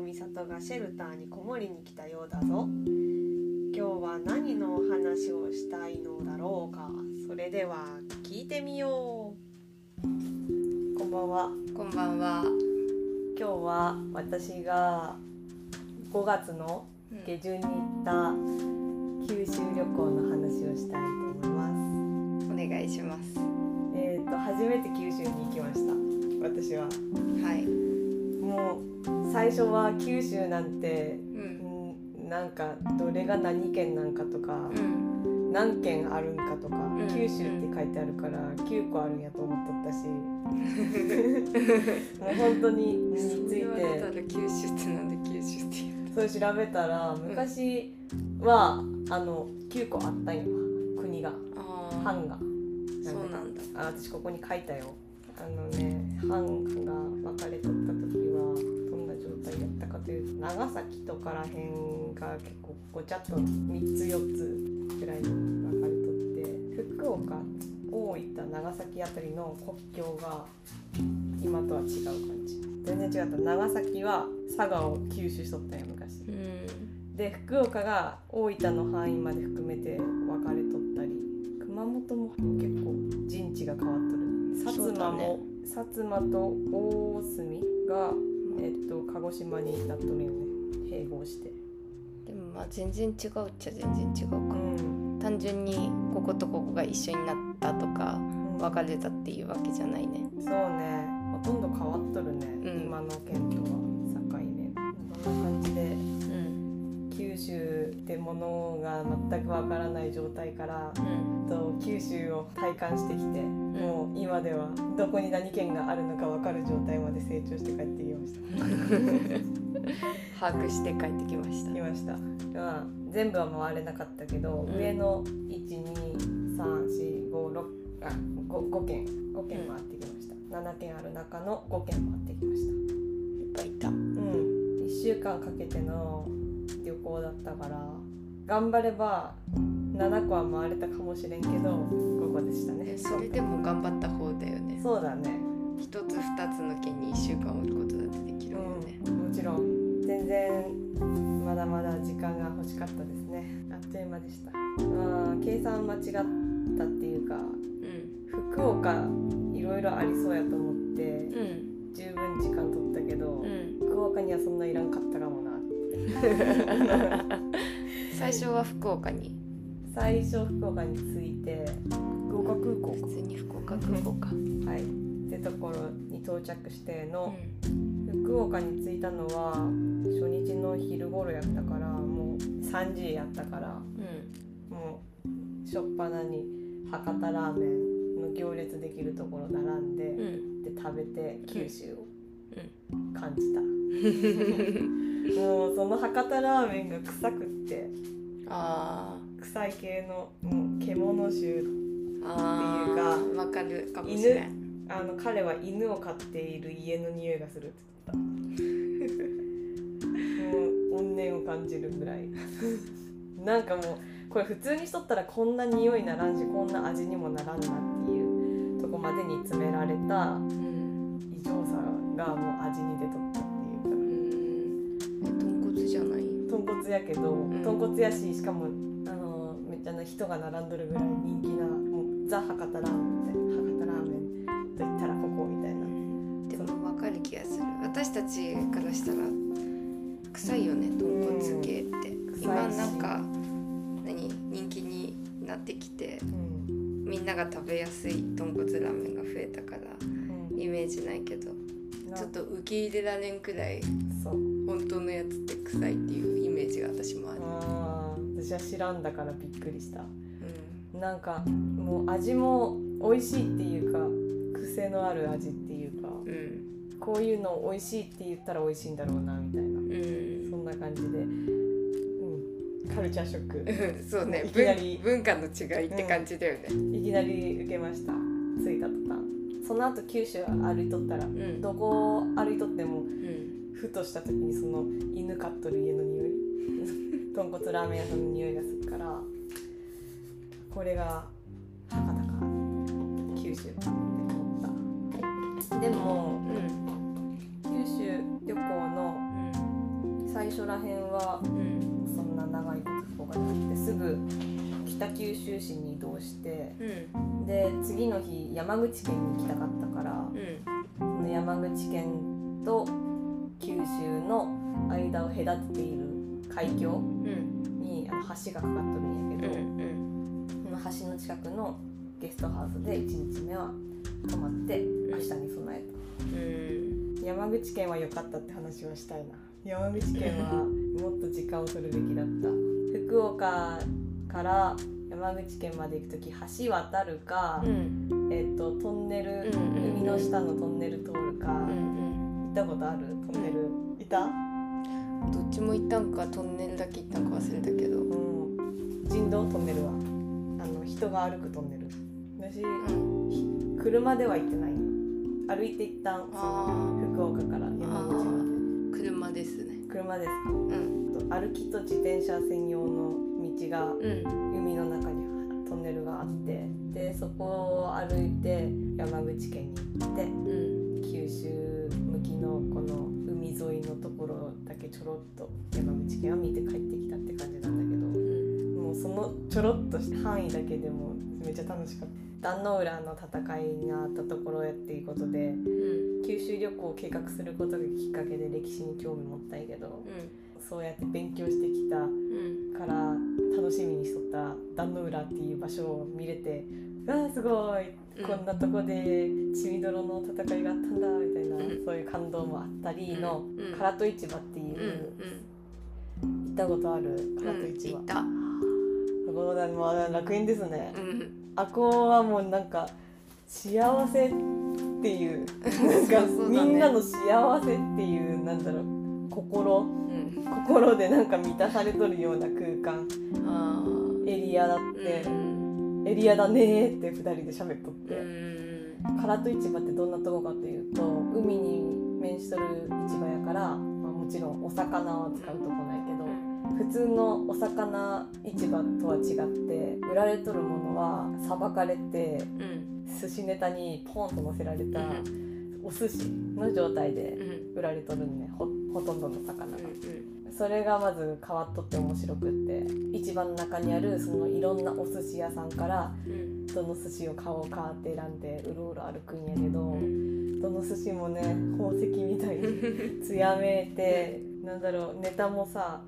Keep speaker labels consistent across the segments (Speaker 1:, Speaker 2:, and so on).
Speaker 1: シェルターにこもりに来たようだぞ今日は何のお話をしたいのだろうかそれでは聞いてみようこんばんは
Speaker 2: こんばんは。
Speaker 1: 今日は私が5月の下旬に行った九州旅行の話をしたいと思います
Speaker 2: お願いします。
Speaker 1: えっ、と初めて九州に行きました私は
Speaker 2: はい。
Speaker 1: もう最初は九州なんて
Speaker 2: うん。
Speaker 1: うんなんかどれが何県なんかとか
Speaker 2: うん。
Speaker 1: 何県あるんかとか
Speaker 2: ん
Speaker 1: 九州って書いてあるから9個あるんやと思っとった しもう本当に身につい
Speaker 2: そう言われた
Speaker 1: て
Speaker 2: ら九州ってなんで九州って言う
Speaker 1: それ調べたら昔はあの9個あったんや国が
Speaker 2: ああ。
Speaker 1: 藩が
Speaker 2: そうなんだ。
Speaker 1: あ私ここに書いたよあのね藩が分かれとった時はどんな状態だったかというと長崎とからへんが結構ごちゃっと3つ4つぐらいに分かれとって福岡大分長崎あたりの国境が今とは違う感じ全然違った長崎は佐賀を吸収しとったんや昔
Speaker 2: うん。
Speaker 1: で福岡が大分の範囲まで含めて分かれとったり熊本も結構陣地が変わっとるね薩
Speaker 2: そう
Speaker 1: 摩
Speaker 2: だ
Speaker 1: も、
Speaker 2: ね
Speaker 1: 薩摩と大隅が、えっと、鹿児島になっとるよね併合して
Speaker 2: でもまあ全然違うっちゃ全然違うか。
Speaker 1: ん、
Speaker 2: 単純にこことここが一緒になったとか別れたっていうわけじゃないね。
Speaker 1: そうねほとんど変わっとるね、
Speaker 2: うん
Speaker 1: 今の県とは境ねこんな感じで
Speaker 2: うん。
Speaker 1: 九州ってものが全くわからない状態から
Speaker 2: うん。
Speaker 1: と九州を体感してきて、もう今ではどこに何県があるのか分かる状態まで成長して帰ってきました
Speaker 2: 把握して帰ってきました。
Speaker 1: 来ました、まあ、全部は回れなかったけど、
Speaker 2: ん
Speaker 1: 上の12345あ 5, 5県5県回ってきました、7県ある中の5県回ってきました
Speaker 2: いっぱいいた。
Speaker 1: うん、1週間かけての旅行だったから頑張れば7個は回れたかもしれんけど5個でしたね
Speaker 2: それでも頑張った方だよね。
Speaker 1: そうだね
Speaker 2: 一つ二つの県に一週間置くことだってできるもんね。
Speaker 1: うん、もちろん全然まだまだ時間が欲しかったですねあっという間でしたまあ計算間違ったっていうか
Speaker 2: うん。
Speaker 1: 福岡いろいろありそうやと思って、
Speaker 2: うん。
Speaker 1: 十分時間取ったけど、
Speaker 2: うん。
Speaker 1: 福岡にはそんないらんかったかもな
Speaker 2: 最初は福岡に
Speaker 1: 最初福岡に着いて福岡空港
Speaker 2: 普通に福岡空港か、うん
Speaker 1: はいってところに到着しての、福岡に着いたのは初日の昼頃やったからもう3時やったからもうしょっぱなに博多ラーメンの行列できるところ並んで、
Speaker 2: うんうん
Speaker 1: で食べて九州を
Speaker 2: うん
Speaker 1: 感じ た、もうその博多ラーメンが臭くって
Speaker 2: あ
Speaker 1: 臭い系のもう獣臭
Speaker 2: ーあ
Speaker 1: っていう
Speaker 2: かわかるかもしれん
Speaker 1: あの彼は犬を飼っている家の匂いがするって言った。もう怨念を感じるぐらい。なんかもうこれ普通にしとったらこんな匂いならんしこんな味にもならんなっていうとこまでに詰められた
Speaker 2: うん
Speaker 1: 異常さがもう味に出とったっていううん
Speaker 2: え豚骨じゃない
Speaker 1: か豚骨やけど、
Speaker 2: ん
Speaker 1: 豚骨やししかもあのめっちゃな人が並んどるぐらい人気なもうザ博多ラーメンみたいな博多ラーメンと言ったらここみたいな。
Speaker 2: でもわかる気がする私たちからしたら臭いよね豚骨系って、
Speaker 1: ん
Speaker 2: 今
Speaker 1: 臭いし
Speaker 2: なんか何人気になってきて
Speaker 1: うん
Speaker 2: みんなが食べやすい豚骨ラーメンが増えたから
Speaker 1: うん
Speaker 2: イメージないけど
Speaker 1: な
Speaker 2: ちょっと受け入れられんくらい
Speaker 1: そう
Speaker 2: 本当のやつって臭いっていうイメージが私もある、
Speaker 1: あー私は知らんだからびっくりした
Speaker 2: う
Speaker 1: なんかもう味も美味しいっていうか癖のある味っていうか
Speaker 2: んうん
Speaker 1: こういうの美味しいって言ったら美味しいんだろうなみたいな
Speaker 2: うん
Speaker 1: そんな感じで、うん、カルチャーショック
Speaker 2: そうね
Speaker 1: いきなり
Speaker 2: 文文化の違いって感じだよね、
Speaker 1: いきなり受けました着いた途端その後九州歩いとったら
Speaker 2: うん
Speaker 1: どこを歩いとっても
Speaker 2: うん
Speaker 1: ふとした時にその犬飼っとる家の匂い 豚骨ラーメン屋さんの匂いがするからこれが博多か九州かって思ったでも
Speaker 2: うん
Speaker 1: 九州旅行の
Speaker 2: うん
Speaker 1: 最最初らへんは
Speaker 2: うん
Speaker 1: そんな長いこととかなくてすぐ北九州市に移動して
Speaker 2: うん
Speaker 1: で次の日山口県に行きたかったから
Speaker 2: うん
Speaker 1: その山口県と九州の間を隔てている海峡
Speaker 2: うん
Speaker 1: にあの橋がかかっとるんやけ
Speaker 2: う
Speaker 1: ど、
Speaker 2: ん
Speaker 1: その橋の近くのゲストハウスで1日目は泊まって明日に備えた。
Speaker 2: うん
Speaker 1: 山口県は良かったって話をしたいな山口県はもっと時間を取るべきだった福岡から山口県まで行く時橋渡るか、
Speaker 2: うん
Speaker 1: えっとトンネル、
Speaker 2: うんうんうん
Speaker 1: 海の下のトンネル通るか、行
Speaker 2: うん
Speaker 1: ったことあるトンネル、いた、
Speaker 2: うんどっちも行ったんかトンネルだけ行ったんか忘れたけど
Speaker 1: うん、人道トンネルはあの人が歩くトンネル私、
Speaker 2: うん
Speaker 1: 車では行ってないの歩いて一旦
Speaker 2: あ
Speaker 1: 福岡から山口ま
Speaker 2: ー車ですね
Speaker 1: で車ですか
Speaker 2: うん
Speaker 1: 歩きと自転車専用の道が
Speaker 2: うん
Speaker 1: 海の中にトンネルがあってでそこを歩いて山口県に行って
Speaker 2: うん
Speaker 1: 九州向きのこの海沿いのところだけちょろっと山口県は見て帰ってきたって感じなんだ
Speaker 2: うん
Speaker 1: けどもうそのちょろっとした範囲だけでもめっちゃ楽しかった壇ノ浦の戦いがあったところやっていうことで
Speaker 2: うん
Speaker 1: 九州旅行を計画することがきっかけで歴史に興味持ったんやけどそうやって勉強してきた
Speaker 2: うん
Speaker 1: から楽しみにしとった壇ノ浦っていう場所を見れてうわあすごい
Speaker 2: うん
Speaker 1: こんなとこで血みどろの戦いがあったんだみたいな、
Speaker 2: うん
Speaker 1: そういう感動もあったりの
Speaker 2: うん
Speaker 1: 唐戸市場ってい
Speaker 2: うん
Speaker 1: う、行ったことある
Speaker 2: う
Speaker 1: 唐
Speaker 2: んう
Speaker 1: 戸
Speaker 2: ん
Speaker 1: 市場、
Speaker 2: 行った
Speaker 1: このまあ楽園ですね、
Speaker 2: うん
Speaker 1: あこはもうなんか幸せっていうなんか
Speaker 2: そうそう
Speaker 1: み
Speaker 2: だね
Speaker 1: んなの幸せっていうなんだろう心
Speaker 2: うん
Speaker 1: 心でなんか満たされとるような空間
Speaker 2: あー
Speaker 1: エリアだって、
Speaker 2: うん
Speaker 1: エリアだねーって2人で喋っとっ
Speaker 2: う
Speaker 1: て、
Speaker 2: ん
Speaker 1: 唐戸市場ってどんなとこかというと海に面しとる市場やから、まあ、もちろんお魚を使うとこないけど、普通のお魚市場とは違って売られとるものはさばかれて
Speaker 2: うん
Speaker 1: 寿司ネタにポンと乗せられたお寿司の状態で
Speaker 2: うん
Speaker 1: 売られとるんねほほとんどの魚が。
Speaker 2: う
Speaker 1: それがまず変わっとって面白くって市場の中にあるそのいろんなお寿司屋さんから
Speaker 2: ん
Speaker 1: どの寿司を買おうかって選んでうろうろ歩くんやけど、
Speaker 2: うん
Speaker 1: どの寿司もね宝石みたいにつやめいてなんだろうネタもさ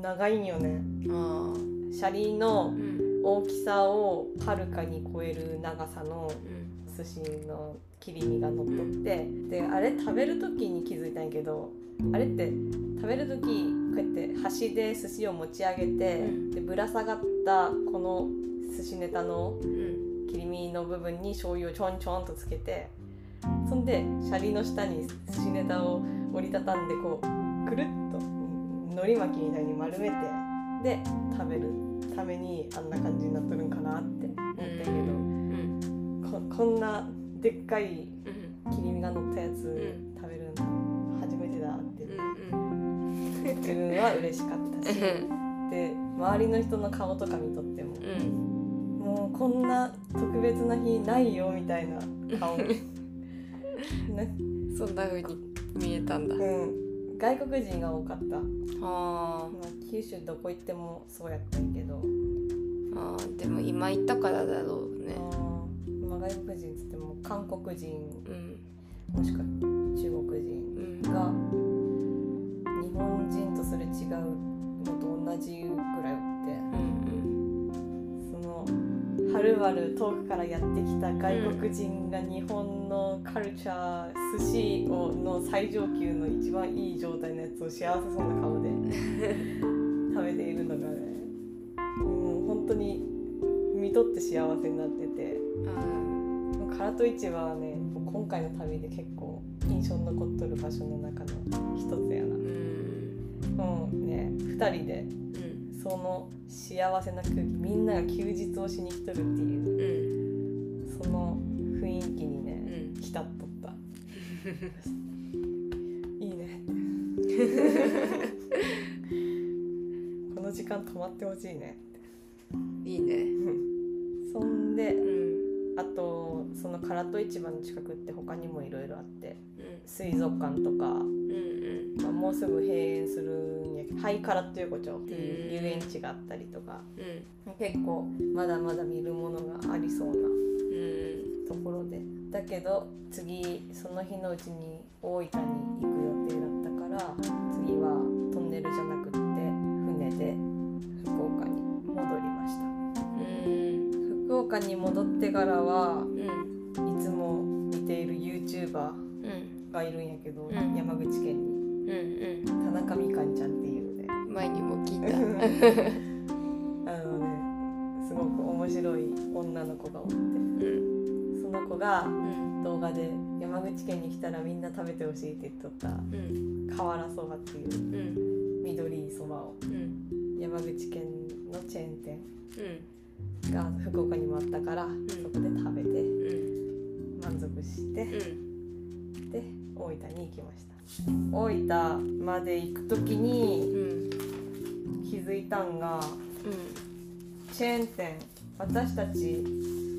Speaker 1: 長いんよね
Speaker 2: あ
Speaker 1: 車輪
Speaker 2: ー
Speaker 1: の
Speaker 2: うん
Speaker 1: 大きさをはるかに超える長さの
Speaker 2: うん
Speaker 1: 寿司の切り身が乗っとってであれ食べる時に気づいたんやけどあれって食べる時こうやって箸で寿司を持ち上げて
Speaker 2: うん
Speaker 1: でぶら下がったこの寿司ネタの
Speaker 2: うん
Speaker 1: 切り身の部分に醤油をちょんちょんとつけてそんでシャリの下に寿司ネタを折りたたんでこうくるっとうん海苔巻きみたいに丸めてで食べるためにあんな感じになっとるんかなって思ったんやけど、
Speaker 2: うん
Speaker 1: ここんなでっかい
Speaker 2: うん
Speaker 1: 切り身が乗ったやつ
Speaker 2: ん
Speaker 1: 食べるの初めてだって
Speaker 2: うん
Speaker 1: 自分は嬉しかったしで周りの人の顔とか見とっても
Speaker 2: うん
Speaker 1: もうこんな特別な日ないよみたいな顔ね
Speaker 2: そんな風に見えたんだ
Speaker 1: うん外国人が多かった、ま
Speaker 2: あ
Speaker 1: あ、
Speaker 2: ー
Speaker 1: 九州どこ行ってもそうやったんやけど、
Speaker 2: あーでも今行ったからだろう
Speaker 1: あ
Speaker 2: ね
Speaker 1: ーまあ、外国人っつっても韓国人
Speaker 2: うん
Speaker 1: もしくは中国人
Speaker 2: うん
Speaker 1: が日本人とすれ違うのと同じぐらいおって
Speaker 2: うん
Speaker 1: そのはるばる遠くからやってきた外国人が日本のカルチャー寿司をの最上級の一番いい状態のやつを幸せそうな顔で食べているのがねもう本当に見とって幸せになってて
Speaker 2: うんあ
Speaker 1: 唐戸市場はねもう今回の旅で結構印象に残っとる場所の中の一つや
Speaker 2: ーうん
Speaker 1: なもうね2人で
Speaker 2: うん
Speaker 1: その幸せな空気みんなが休日をしに来とるっていう
Speaker 2: うん
Speaker 1: その雰囲気に
Speaker 2: う
Speaker 1: ね、
Speaker 2: ん
Speaker 1: 浸っとった いいねこの時間止まってほしいね
Speaker 2: いいね
Speaker 1: そんで
Speaker 2: うん
Speaker 1: あとその唐戸市場の近くって他にもいろいろあって
Speaker 2: う
Speaker 1: 水族館とか、
Speaker 2: んうん
Speaker 1: まあ、もうすぐ閉園するんやけどハイカラっていう町っていう遊園地があったりとか
Speaker 2: うん
Speaker 1: 結構まだまだ見るものがありそうな
Speaker 2: うん
Speaker 1: ところでだけど次その日のうちに大分に行く予定だったから次はトンネルじゃなくって船で福岡に戻りました
Speaker 2: うん
Speaker 1: 福岡に戻ってからは
Speaker 2: うん
Speaker 1: いつも見ている YouTuber
Speaker 2: うん
Speaker 1: がいるんやけど、
Speaker 2: うん
Speaker 1: 山口県に
Speaker 2: うん
Speaker 1: 田中みかんちゃんっていう ね
Speaker 2: うん前にも聞いた
Speaker 1: あのねすごく面白い女の子がおって
Speaker 2: うん
Speaker 1: その子が
Speaker 2: うん
Speaker 1: 動画で山口県に来たらみんな食べてほしいって言っとった
Speaker 2: うん
Speaker 1: 瓦そばっていう
Speaker 2: うん
Speaker 1: 緑いそばを
Speaker 2: うん
Speaker 1: 山口県のチェーン店
Speaker 2: うん
Speaker 1: が福岡にもあったから、そこで食べて
Speaker 2: うん
Speaker 1: 満足して、
Speaker 2: うん
Speaker 1: で大分に行きました大分まで行く時に
Speaker 2: うん
Speaker 1: 気づいたんがチェーン店私たち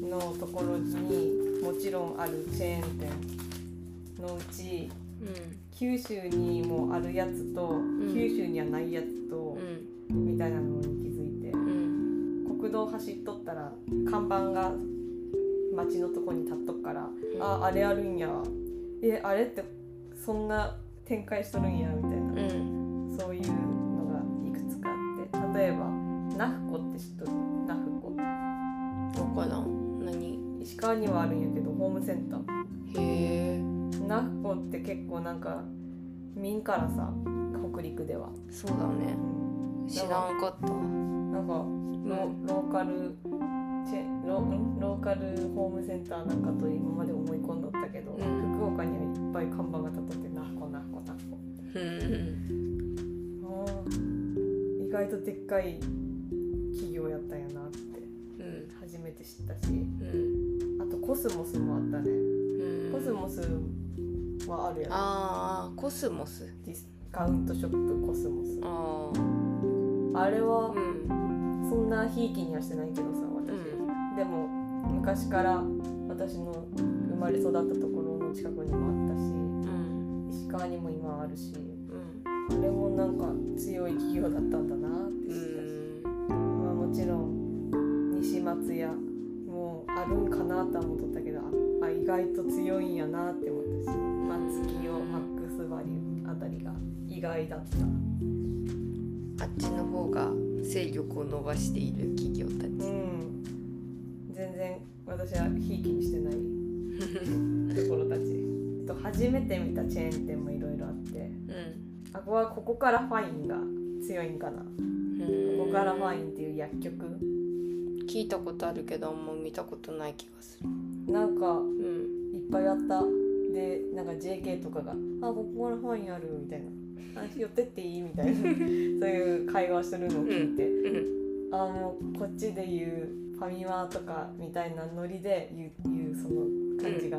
Speaker 1: のところにもちろんあるチェーン店のうち
Speaker 2: うん
Speaker 1: 九州にもあるやつと、九州にはないやつと、
Speaker 2: うん
Speaker 1: みたいなのに気づいて
Speaker 2: うん
Speaker 1: 国道走っとったら看板が街のとこに立っとくから、ああれあるんやえあれってそんな展開しとるんやみたいな、
Speaker 2: うん
Speaker 1: そういうのがいくつかあって例えばナフコって知っとるナフコ
Speaker 2: わからん何
Speaker 1: 石川にはあるんやけどホームセンター
Speaker 2: へえ
Speaker 1: ナフコって結構なんか民からさ北陸では、
Speaker 2: そうだね知らんかった
Speaker 1: なんかロローカルチェロんローカルホームセンターなんかと今まで思い込んどったけど、
Speaker 2: うん
Speaker 1: 福岡にはいっぱい看板が立っとってなこなこなこ
Speaker 2: うん
Speaker 1: あー意外とでっかい企業やったんやなって
Speaker 2: うん
Speaker 1: 初めて知ったし
Speaker 2: うん
Speaker 1: あとコスモスもあったね
Speaker 2: うん
Speaker 1: コスモスはあるやろ
Speaker 2: ああコスモス
Speaker 1: ディスカウントショップコスモス
Speaker 2: ああ
Speaker 1: あれは
Speaker 2: うん
Speaker 1: そんなひいきにはしてないけどさ
Speaker 2: う
Speaker 1: 私、
Speaker 2: ん
Speaker 1: でも昔から私の生まれ育ったところの近くにもあっ
Speaker 2: うん
Speaker 1: たし石川にも今あるし
Speaker 2: うん
Speaker 1: あれもなんか強い企業だったんだなって知
Speaker 2: う
Speaker 1: ったし、
Speaker 2: ん
Speaker 1: まあ、もちろん西松屋もあるんかなとは思っとったけどああ意外と強いんやなって思ったし松木をマックスバリューあたりが意外だった。
Speaker 2: あっちの方が勢力を伸ばしている企業た
Speaker 1: う
Speaker 2: ち
Speaker 1: ん全然私はひいきにしてないところたちえっと初めて見たチェーン店もいろいろあって
Speaker 2: うん
Speaker 1: あここはここからファインが強いんかなこ
Speaker 2: う
Speaker 1: こ
Speaker 2: ん
Speaker 1: からファインっていう薬局
Speaker 2: 聞いたことあるけどあんま見たことない気がする
Speaker 1: なんか
Speaker 2: うん
Speaker 1: いっぱいあったでなんか JK とかが「あここからファインある」みたいな「あ寄ってっていい?」みたいなそういう会話してるのを聞いて、
Speaker 2: うん
Speaker 1: あもうこっちで言うファミマとかみたいなノリで言う言うその感じが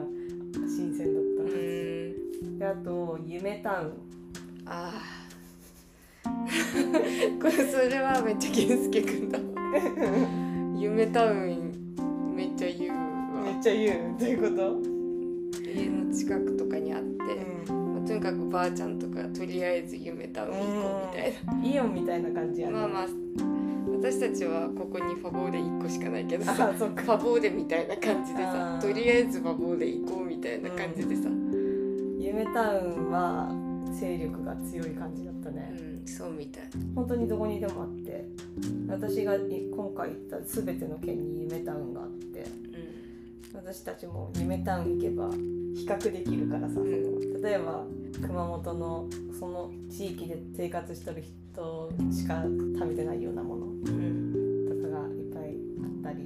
Speaker 1: 新鮮だった、
Speaker 2: うん
Speaker 1: であと夢タウン
Speaker 2: あー これそれはめっちゃ健介くんだ夢タウンめっちゃ言う
Speaker 1: めっ
Speaker 2: わ
Speaker 1: ちゃ言うどういうこと、
Speaker 2: 家の近くとかにあって、まあ、とにかくばあちゃんとかとりあえず夢タウン行こうみたい
Speaker 1: イオンみたいな感じや
Speaker 2: な
Speaker 1: ね、
Speaker 2: まあまあ私たちはここにファボーで1個しかないけどさ
Speaker 1: あそっか
Speaker 2: ファボーデみたいな感じでさ
Speaker 1: あー
Speaker 2: とりあえずファボーデ行こうみたいな感じでさ、うん
Speaker 1: 夢タウンは勢力が強い感じだったね、
Speaker 2: そうみたい
Speaker 1: 本当にどこにでもあって私がい今回行った全ての県に夢タウンがあって
Speaker 2: うん
Speaker 1: 私たちも夢タウン行けば比較できるからさ、その
Speaker 2: ん
Speaker 1: 例えば熊本のその地域で生活してる人しか食べてないようなもの
Speaker 2: うん
Speaker 1: とかがいっぱいあったり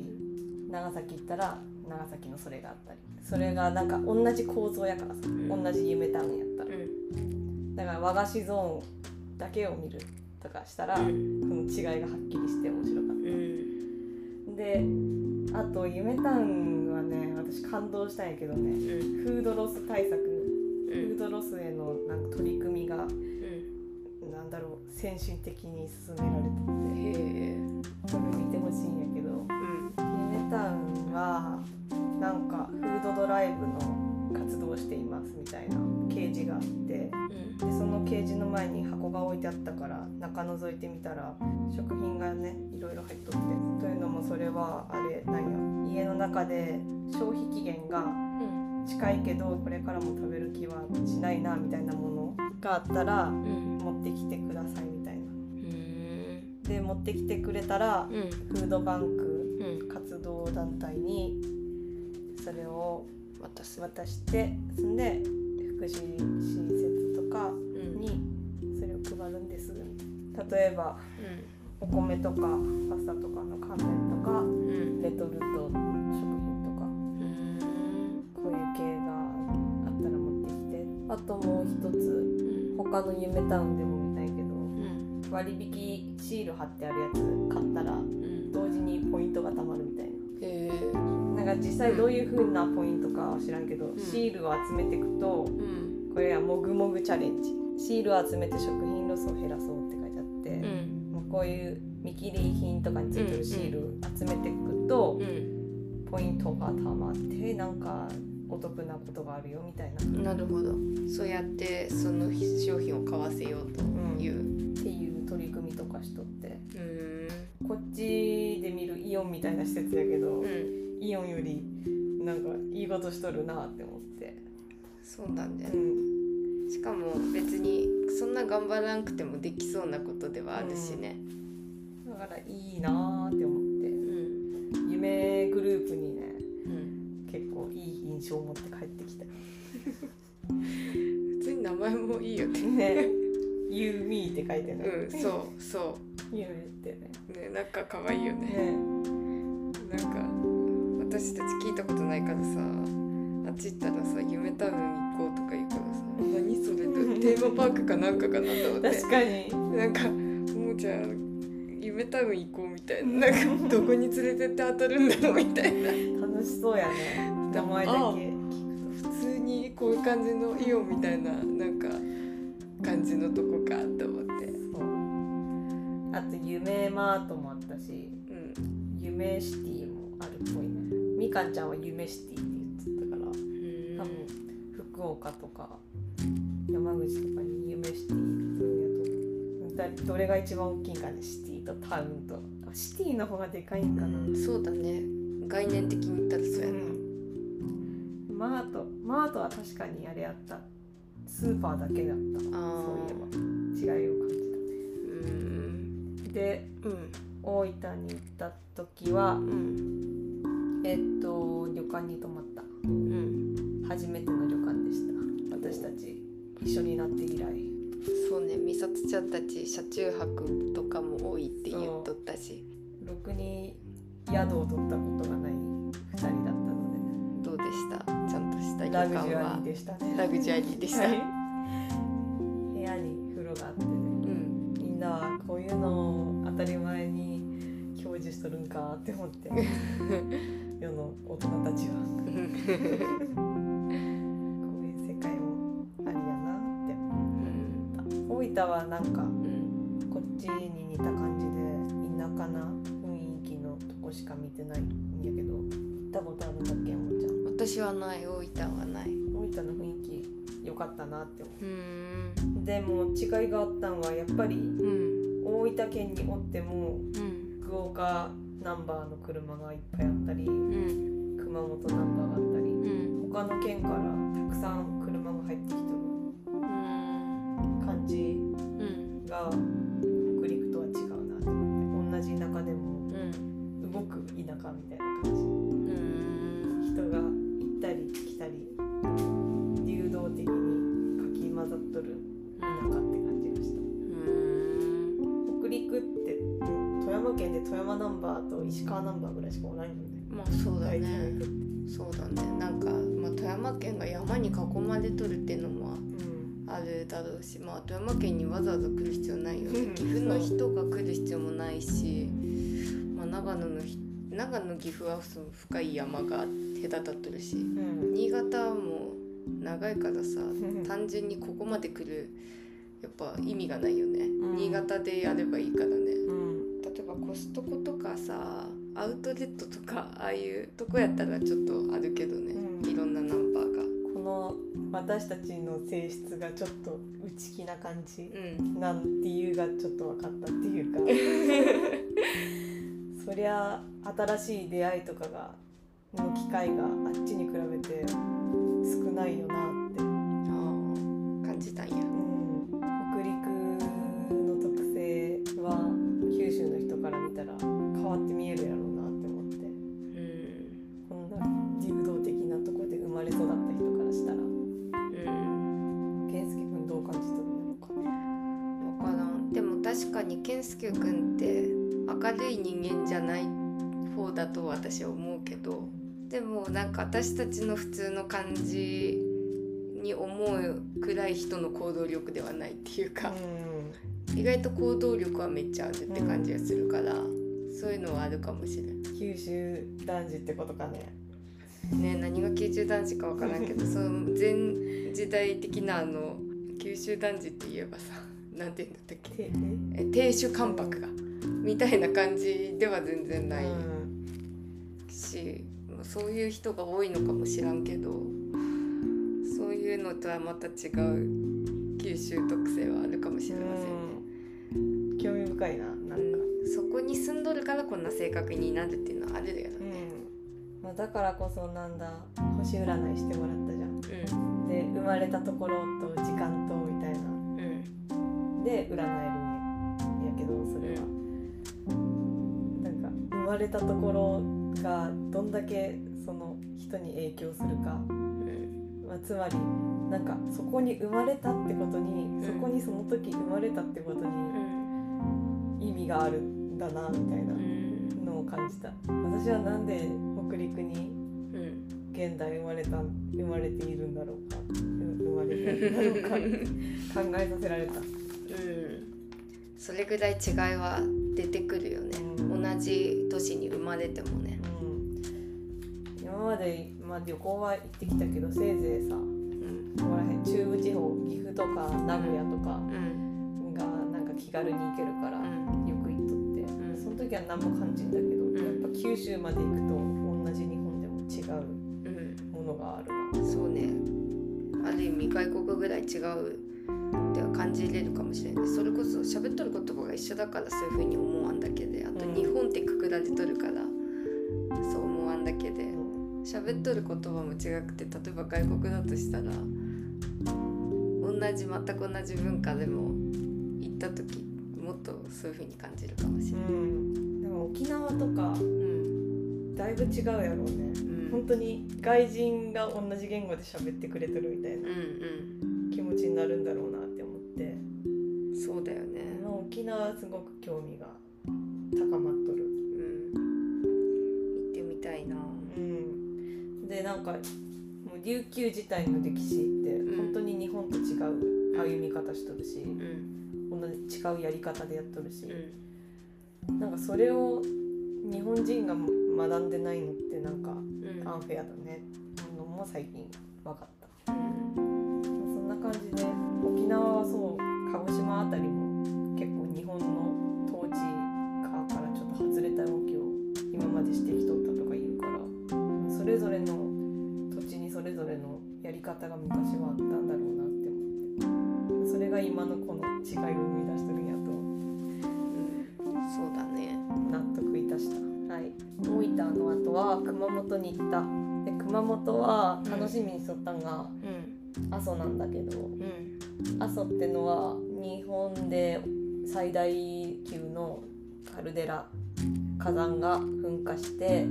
Speaker 1: 長崎行ったら長崎のそれがあったりそれがなんか同じ構造やからさ、
Speaker 2: ん
Speaker 1: 同じ夢タウンやった
Speaker 2: う
Speaker 1: ら
Speaker 2: ん
Speaker 1: だから和菓子ゾーンだけを見るとかしたら、
Speaker 2: うん
Speaker 1: その違いがはっきりして面白かっ
Speaker 2: うん
Speaker 1: たであと夢タウンはね私感動したんやけどね
Speaker 2: うん
Speaker 1: フードロス対策
Speaker 2: う
Speaker 1: フー
Speaker 2: ん
Speaker 1: ドロスへのなんか取り組みがなんだろう先進的に進められ
Speaker 2: うんへえ
Speaker 1: ててこれ見てほしいんやけど
Speaker 2: うん
Speaker 1: 夢タウンはなん覗いてみたら食品がねいろいろ入っとってというのもそれはあれなんや家の中で消費期限が
Speaker 2: うん
Speaker 1: 近いけどこれからも食べる気はしないなみたいなものがあったら
Speaker 2: うん
Speaker 1: 持ってきてくださいみたいな。
Speaker 2: うん
Speaker 1: で持ってきてくれたら
Speaker 2: うん
Speaker 1: フードバンク
Speaker 2: うん
Speaker 1: 活動団体にそれを
Speaker 2: 渡す
Speaker 1: 渡してそんで福祉新設とか
Speaker 2: うんうん
Speaker 1: にそれを配るんです例えばお米とかパスタとかの乾麺とか
Speaker 2: うん
Speaker 1: レトルト食品とか
Speaker 2: うん
Speaker 1: こういう系があったら持ってきてあともう一つ他の夢タウンでも見たいけど
Speaker 2: うん
Speaker 1: 割引シール貼ってあるやつ買ったら
Speaker 2: うん
Speaker 1: 同時にポイントが貯まるみたいな。
Speaker 2: へえ
Speaker 1: なんか実際どういう風なポイントかは知らんけど、
Speaker 2: ん
Speaker 1: シールを集めていくと
Speaker 2: うん
Speaker 1: これはもぐもぐチャレンジシールを集めて食品ロスを減らそうって書いてあって、
Speaker 2: うん
Speaker 1: まあこういう見切り品とかについてるシール集めていくと、
Speaker 2: うん
Speaker 1: ポイントがたまってなんかお得なことがあるよみたいなっ
Speaker 2: なるほどそうやってその商品を買わせようという
Speaker 1: ていう取り組みとかしとって
Speaker 2: うん
Speaker 1: こっちで見るイオンみたいな施設やけど、
Speaker 2: うん
Speaker 1: イオンよりなんかいいことしとるなって思って。
Speaker 2: そうなんだよ
Speaker 1: う
Speaker 2: ね
Speaker 1: ん
Speaker 2: しかも別にそんな頑張らなくてもできそうなことではあるしね
Speaker 1: だからいいなーって思って
Speaker 2: うん
Speaker 1: 夢グループにね
Speaker 2: うん
Speaker 1: 結構いい印象を持って帰ってきた
Speaker 2: 普通に名前もいいよね
Speaker 1: ね「You Me」って書いてね
Speaker 2: うんそうそ
Speaker 1: 「You」ってね
Speaker 2: うねなんか可愛いよね
Speaker 1: ね
Speaker 2: なんか私たち聞いたことないからさあっち行ったらさ夢タウン行こうとか言うからさ何それテーマパークかなんかかなと思って
Speaker 1: 確かに
Speaker 2: なんかもうじゃあ夢タウン行こうみたいななんかどこに連れてって当たるんだろうみたいな
Speaker 1: 楽しそうやね 名前だけ聞く
Speaker 2: 普通にこういう感じのイオンみたいななんか感じのとこかと思って
Speaker 1: とそうあと「夢マート」もあったし
Speaker 2: う
Speaker 1: 「
Speaker 2: ん
Speaker 1: 夢シティ」もあるっぽいねみかんちゃんは「夢シティ」って言ってたから多分福岡とか山口とかに夢シティっていうのやとだどれが一番大きいんかねシティとタウンとあシティの方がでかいんかな、
Speaker 2: うんそうだね概念的に言ったらそうや
Speaker 1: う
Speaker 2: な、
Speaker 1: んマートマートは確かにあれあったスーパーだけだったそうい
Speaker 2: あ
Speaker 1: えば違いを感じ
Speaker 2: うん
Speaker 1: たで
Speaker 2: うん
Speaker 1: 大分に行った時は
Speaker 2: うん
Speaker 1: えっと旅館に泊まった
Speaker 2: うん
Speaker 1: 初めての旅館でした私たち一緒になって以来
Speaker 2: そうね美里ちゃんたち車中泊とかも多いって言っとったし
Speaker 1: ろくに宿を取ったことがない2人だったので
Speaker 2: どうでしたちゃんとした旅
Speaker 1: ラグ
Speaker 2: 館
Speaker 1: ジュアリ
Speaker 2: は
Speaker 1: ーでしたね。
Speaker 2: ラグジュアリーでした、
Speaker 1: はい部屋に風呂があってね、
Speaker 2: うん
Speaker 1: みんなはこういうのを当たり前に享受しとるんかって思って、世の大人たちはこういう世界もありやなって。
Speaker 2: うん
Speaker 1: 大分はなんか
Speaker 2: うん
Speaker 1: こっちに似た感じで田舎な雰囲気のとこしか見てないんやけど、行ったことあるんだっけ、もちゃん。
Speaker 2: 私はない大分はない
Speaker 1: 大分の雰囲気良かったなって思う。
Speaker 2: うん
Speaker 1: でも違いがあったんはやっぱり
Speaker 2: うん
Speaker 1: 大分県におっても
Speaker 2: うん
Speaker 1: 福岡ナンバーの車がいっぱいあったり
Speaker 2: うん
Speaker 1: 熊本ナンバーがあったり
Speaker 2: うん
Speaker 1: 他の県からたくさん車が入ってきて
Speaker 2: うん
Speaker 1: る感じ
Speaker 2: うん
Speaker 1: が北陸とは違うなって思って同じ田舎でも
Speaker 2: うん
Speaker 1: 動く田舎みたいな感
Speaker 2: うん
Speaker 1: じ人が行ったり来たり流動的にかき混ざっとる田舎って感じがした。
Speaker 2: うん
Speaker 1: 北陸って富山県で富山ナンバーと石川ナンバーぐらいしかおらんよね
Speaker 2: まあそうだ
Speaker 1: 大体
Speaker 2: ね
Speaker 1: の人って
Speaker 2: そうだねなんか、まあ、富山県が山に囲まれとるっていうのもあるだろうし、まあ、富山県にわざわざ来る必要ないよね
Speaker 1: うん
Speaker 2: 岐阜の人が来る必要もないし、まあ、長野のひ長野岐阜はその深い山が隔たっとるし
Speaker 1: うん
Speaker 2: 新潟も長いからさ
Speaker 1: ん
Speaker 2: 単純にここまで来るやっぱ意味がないよね、
Speaker 1: ん
Speaker 2: 新潟でやればいいからね
Speaker 1: うん
Speaker 2: 例えばコストコとかさアウトレットとかああいうとこやったらちょっとあるけどね、
Speaker 1: うん
Speaker 2: いろんなナンバーが
Speaker 1: このの私たちの性質がちょっと内気な感じ
Speaker 2: うん
Speaker 1: なんていうがちょっと分かったっていうか そりゃ新しい出会いとかがの機会があっちに比べて少ないよなって、
Speaker 2: ああ感じたんや
Speaker 1: 北陸の特性は九州の人から見たら変わって見えるやろうなって思って
Speaker 2: うん
Speaker 1: こんな柔道的なとこで生まれ育った人からしたら
Speaker 2: うん
Speaker 1: 健介君どう感じ取るのか
Speaker 2: 分からんでも確かに健介くんって明るい人間じゃない方だと私は思うけどでもなんか私たちの普通の感じに思うくらい人の行動力ではないっていうか、
Speaker 1: う
Speaker 2: 意外と行動力はめっちゃあるって感じがするから、そういうのはあるかもしれない
Speaker 1: ん、九州男児ってことかね
Speaker 2: ね何が九州男児か分からんけどその前時代的なあの九州男児って言えばさ なんて言うんだったっけ
Speaker 1: てえ
Speaker 2: え亭主関白がみたいな感じでは全然ない
Speaker 1: うん
Speaker 2: し、まあそういう人が多いのかもしらんけどそういうのとはまた違う九州特性はあるかもしれませんね。
Speaker 1: うん興味深いななんか、
Speaker 2: うんそこに住んどるからこんな性格になるっていうのはあるやろ
Speaker 1: う
Speaker 2: ね。
Speaker 1: んまあ、だからこそなんだ星占いしてもらったじゃん
Speaker 2: うん
Speaker 1: で生まれたところと時間とみたいな
Speaker 2: うん
Speaker 1: で占えるんやけどそれは、なんか生まれたところがどんだけその人に影響するか
Speaker 2: うん
Speaker 1: まあ、つまりなんかそこに生まれたってことに、そこにその時生まれたってこと
Speaker 2: う
Speaker 1: に
Speaker 2: ん
Speaker 1: 意味があるんだなみたいな
Speaker 2: うん
Speaker 1: のを感じた私はなんで北陸に
Speaker 2: うん
Speaker 1: 現代生まれた生まれているんだろうかう生まれているんだろう か考えさせられた、
Speaker 2: うんそれぐらい違いは出てくるよね
Speaker 1: う
Speaker 2: 同
Speaker 1: ん
Speaker 2: じ年に生まれてもね。
Speaker 1: うん、今まで、まあ、旅行は行ってきたけどせいぜいさ
Speaker 2: うん
Speaker 1: ここら辺中部地方岐阜とか名古屋とか
Speaker 2: うん
Speaker 1: がなんか気軽に行けるから、
Speaker 2: うん
Speaker 1: よく行っとって、
Speaker 2: ん
Speaker 1: その時は何も感じんだけど、
Speaker 2: ん
Speaker 1: やっぱ九州まで行くと同じ日本でも違う
Speaker 2: うん、
Speaker 1: ものがあるな
Speaker 2: そうねある意味外国ぐらい違うっては感じれるかもしれないそれこそ喋っとる言葉が一緒だからそういう風に思わんだけであと
Speaker 1: うん
Speaker 2: 日本ってくくられとるから、そう思わんだけで
Speaker 1: うん
Speaker 2: 喋っとる言葉も違くて例えば外国だとしたら同じ全く同じ文化でも行った時もっとそういう風に感じるかもしれない。
Speaker 1: でも沖縄とか
Speaker 2: うん
Speaker 1: だいぶ違うやろうね
Speaker 2: うん
Speaker 1: 本当に外人が同じ言語で喋ってくれてるみたいな
Speaker 2: うん
Speaker 1: 気持ちになるんだろうなって思って
Speaker 2: うん、そうだよね。
Speaker 1: まあ沖縄はすごく興味が高まっとる、
Speaker 2: うん、行ってみたいな。
Speaker 1: うん、でなんかもう琉球自体の歴史って本当に日本と違う歩み方しとるし、
Speaker 2: うん
Speaker 1: 同じ違うやり方でやっとるし、
Speaker 2: う
Speaker 1: なんかそれを日本人が学んでないのってなんか
Speaker 2: んうん
Speaker 1: アンフェアだねっていうのも最近分かった、
Speaker 2: うん
Speaker 1: まあそんな感じで沖縄はそう鹿児島あたりも結構日本の統治下からちょっと外れた動きを今までしてきとったとか言うからそれぞれの土地にそれぞれのやり方が昔はあったんだろうなって思ってそれが今のこの違いを生み出してるんやと思って
Speaker 2: うんそうだね。
Speaker 1: 納得いたした、はい、大分の後は熊本に行ったで熊本は楽しみにしとったんが
Speaker 2: うん
Speaker 1: 阿蘇なんだけど
Speaker 2: うん
Speaker 1: 阿蘇ってのは日本で最大級のカルデラ火山が噴火して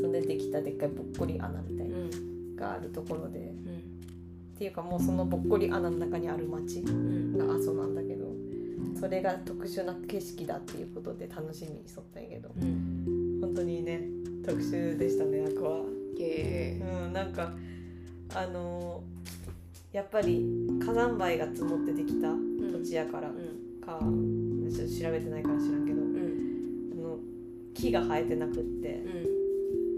Speaker 1: それでできたでっかいぼっこり穴みたいなの
Speaker 2: うん
Speaker 1: があるところでっ
Speaker 2: うん
Speaker 1: ていうかもうそのぼっこり穴の中にある町
Speaker 2: うん
Speaker 1: が阿蘇なんだけどそれが特殊な景色だっていうことで楽しみにしとったんやけど
Speaker 2: うん。
Speaker 1: 本当にね特集でしたねアクア
Speaker 2: へえ。
Speaker 1: うんなんかあのーやっぱり火山灰が積もってできた土地やから
Speaker 2: うん
Speaker 1: か、ちょっと調べてないから知らんけど
Speaker 2: うん
Speaker 1: あの木が生えてなくって
Speaker 2: うん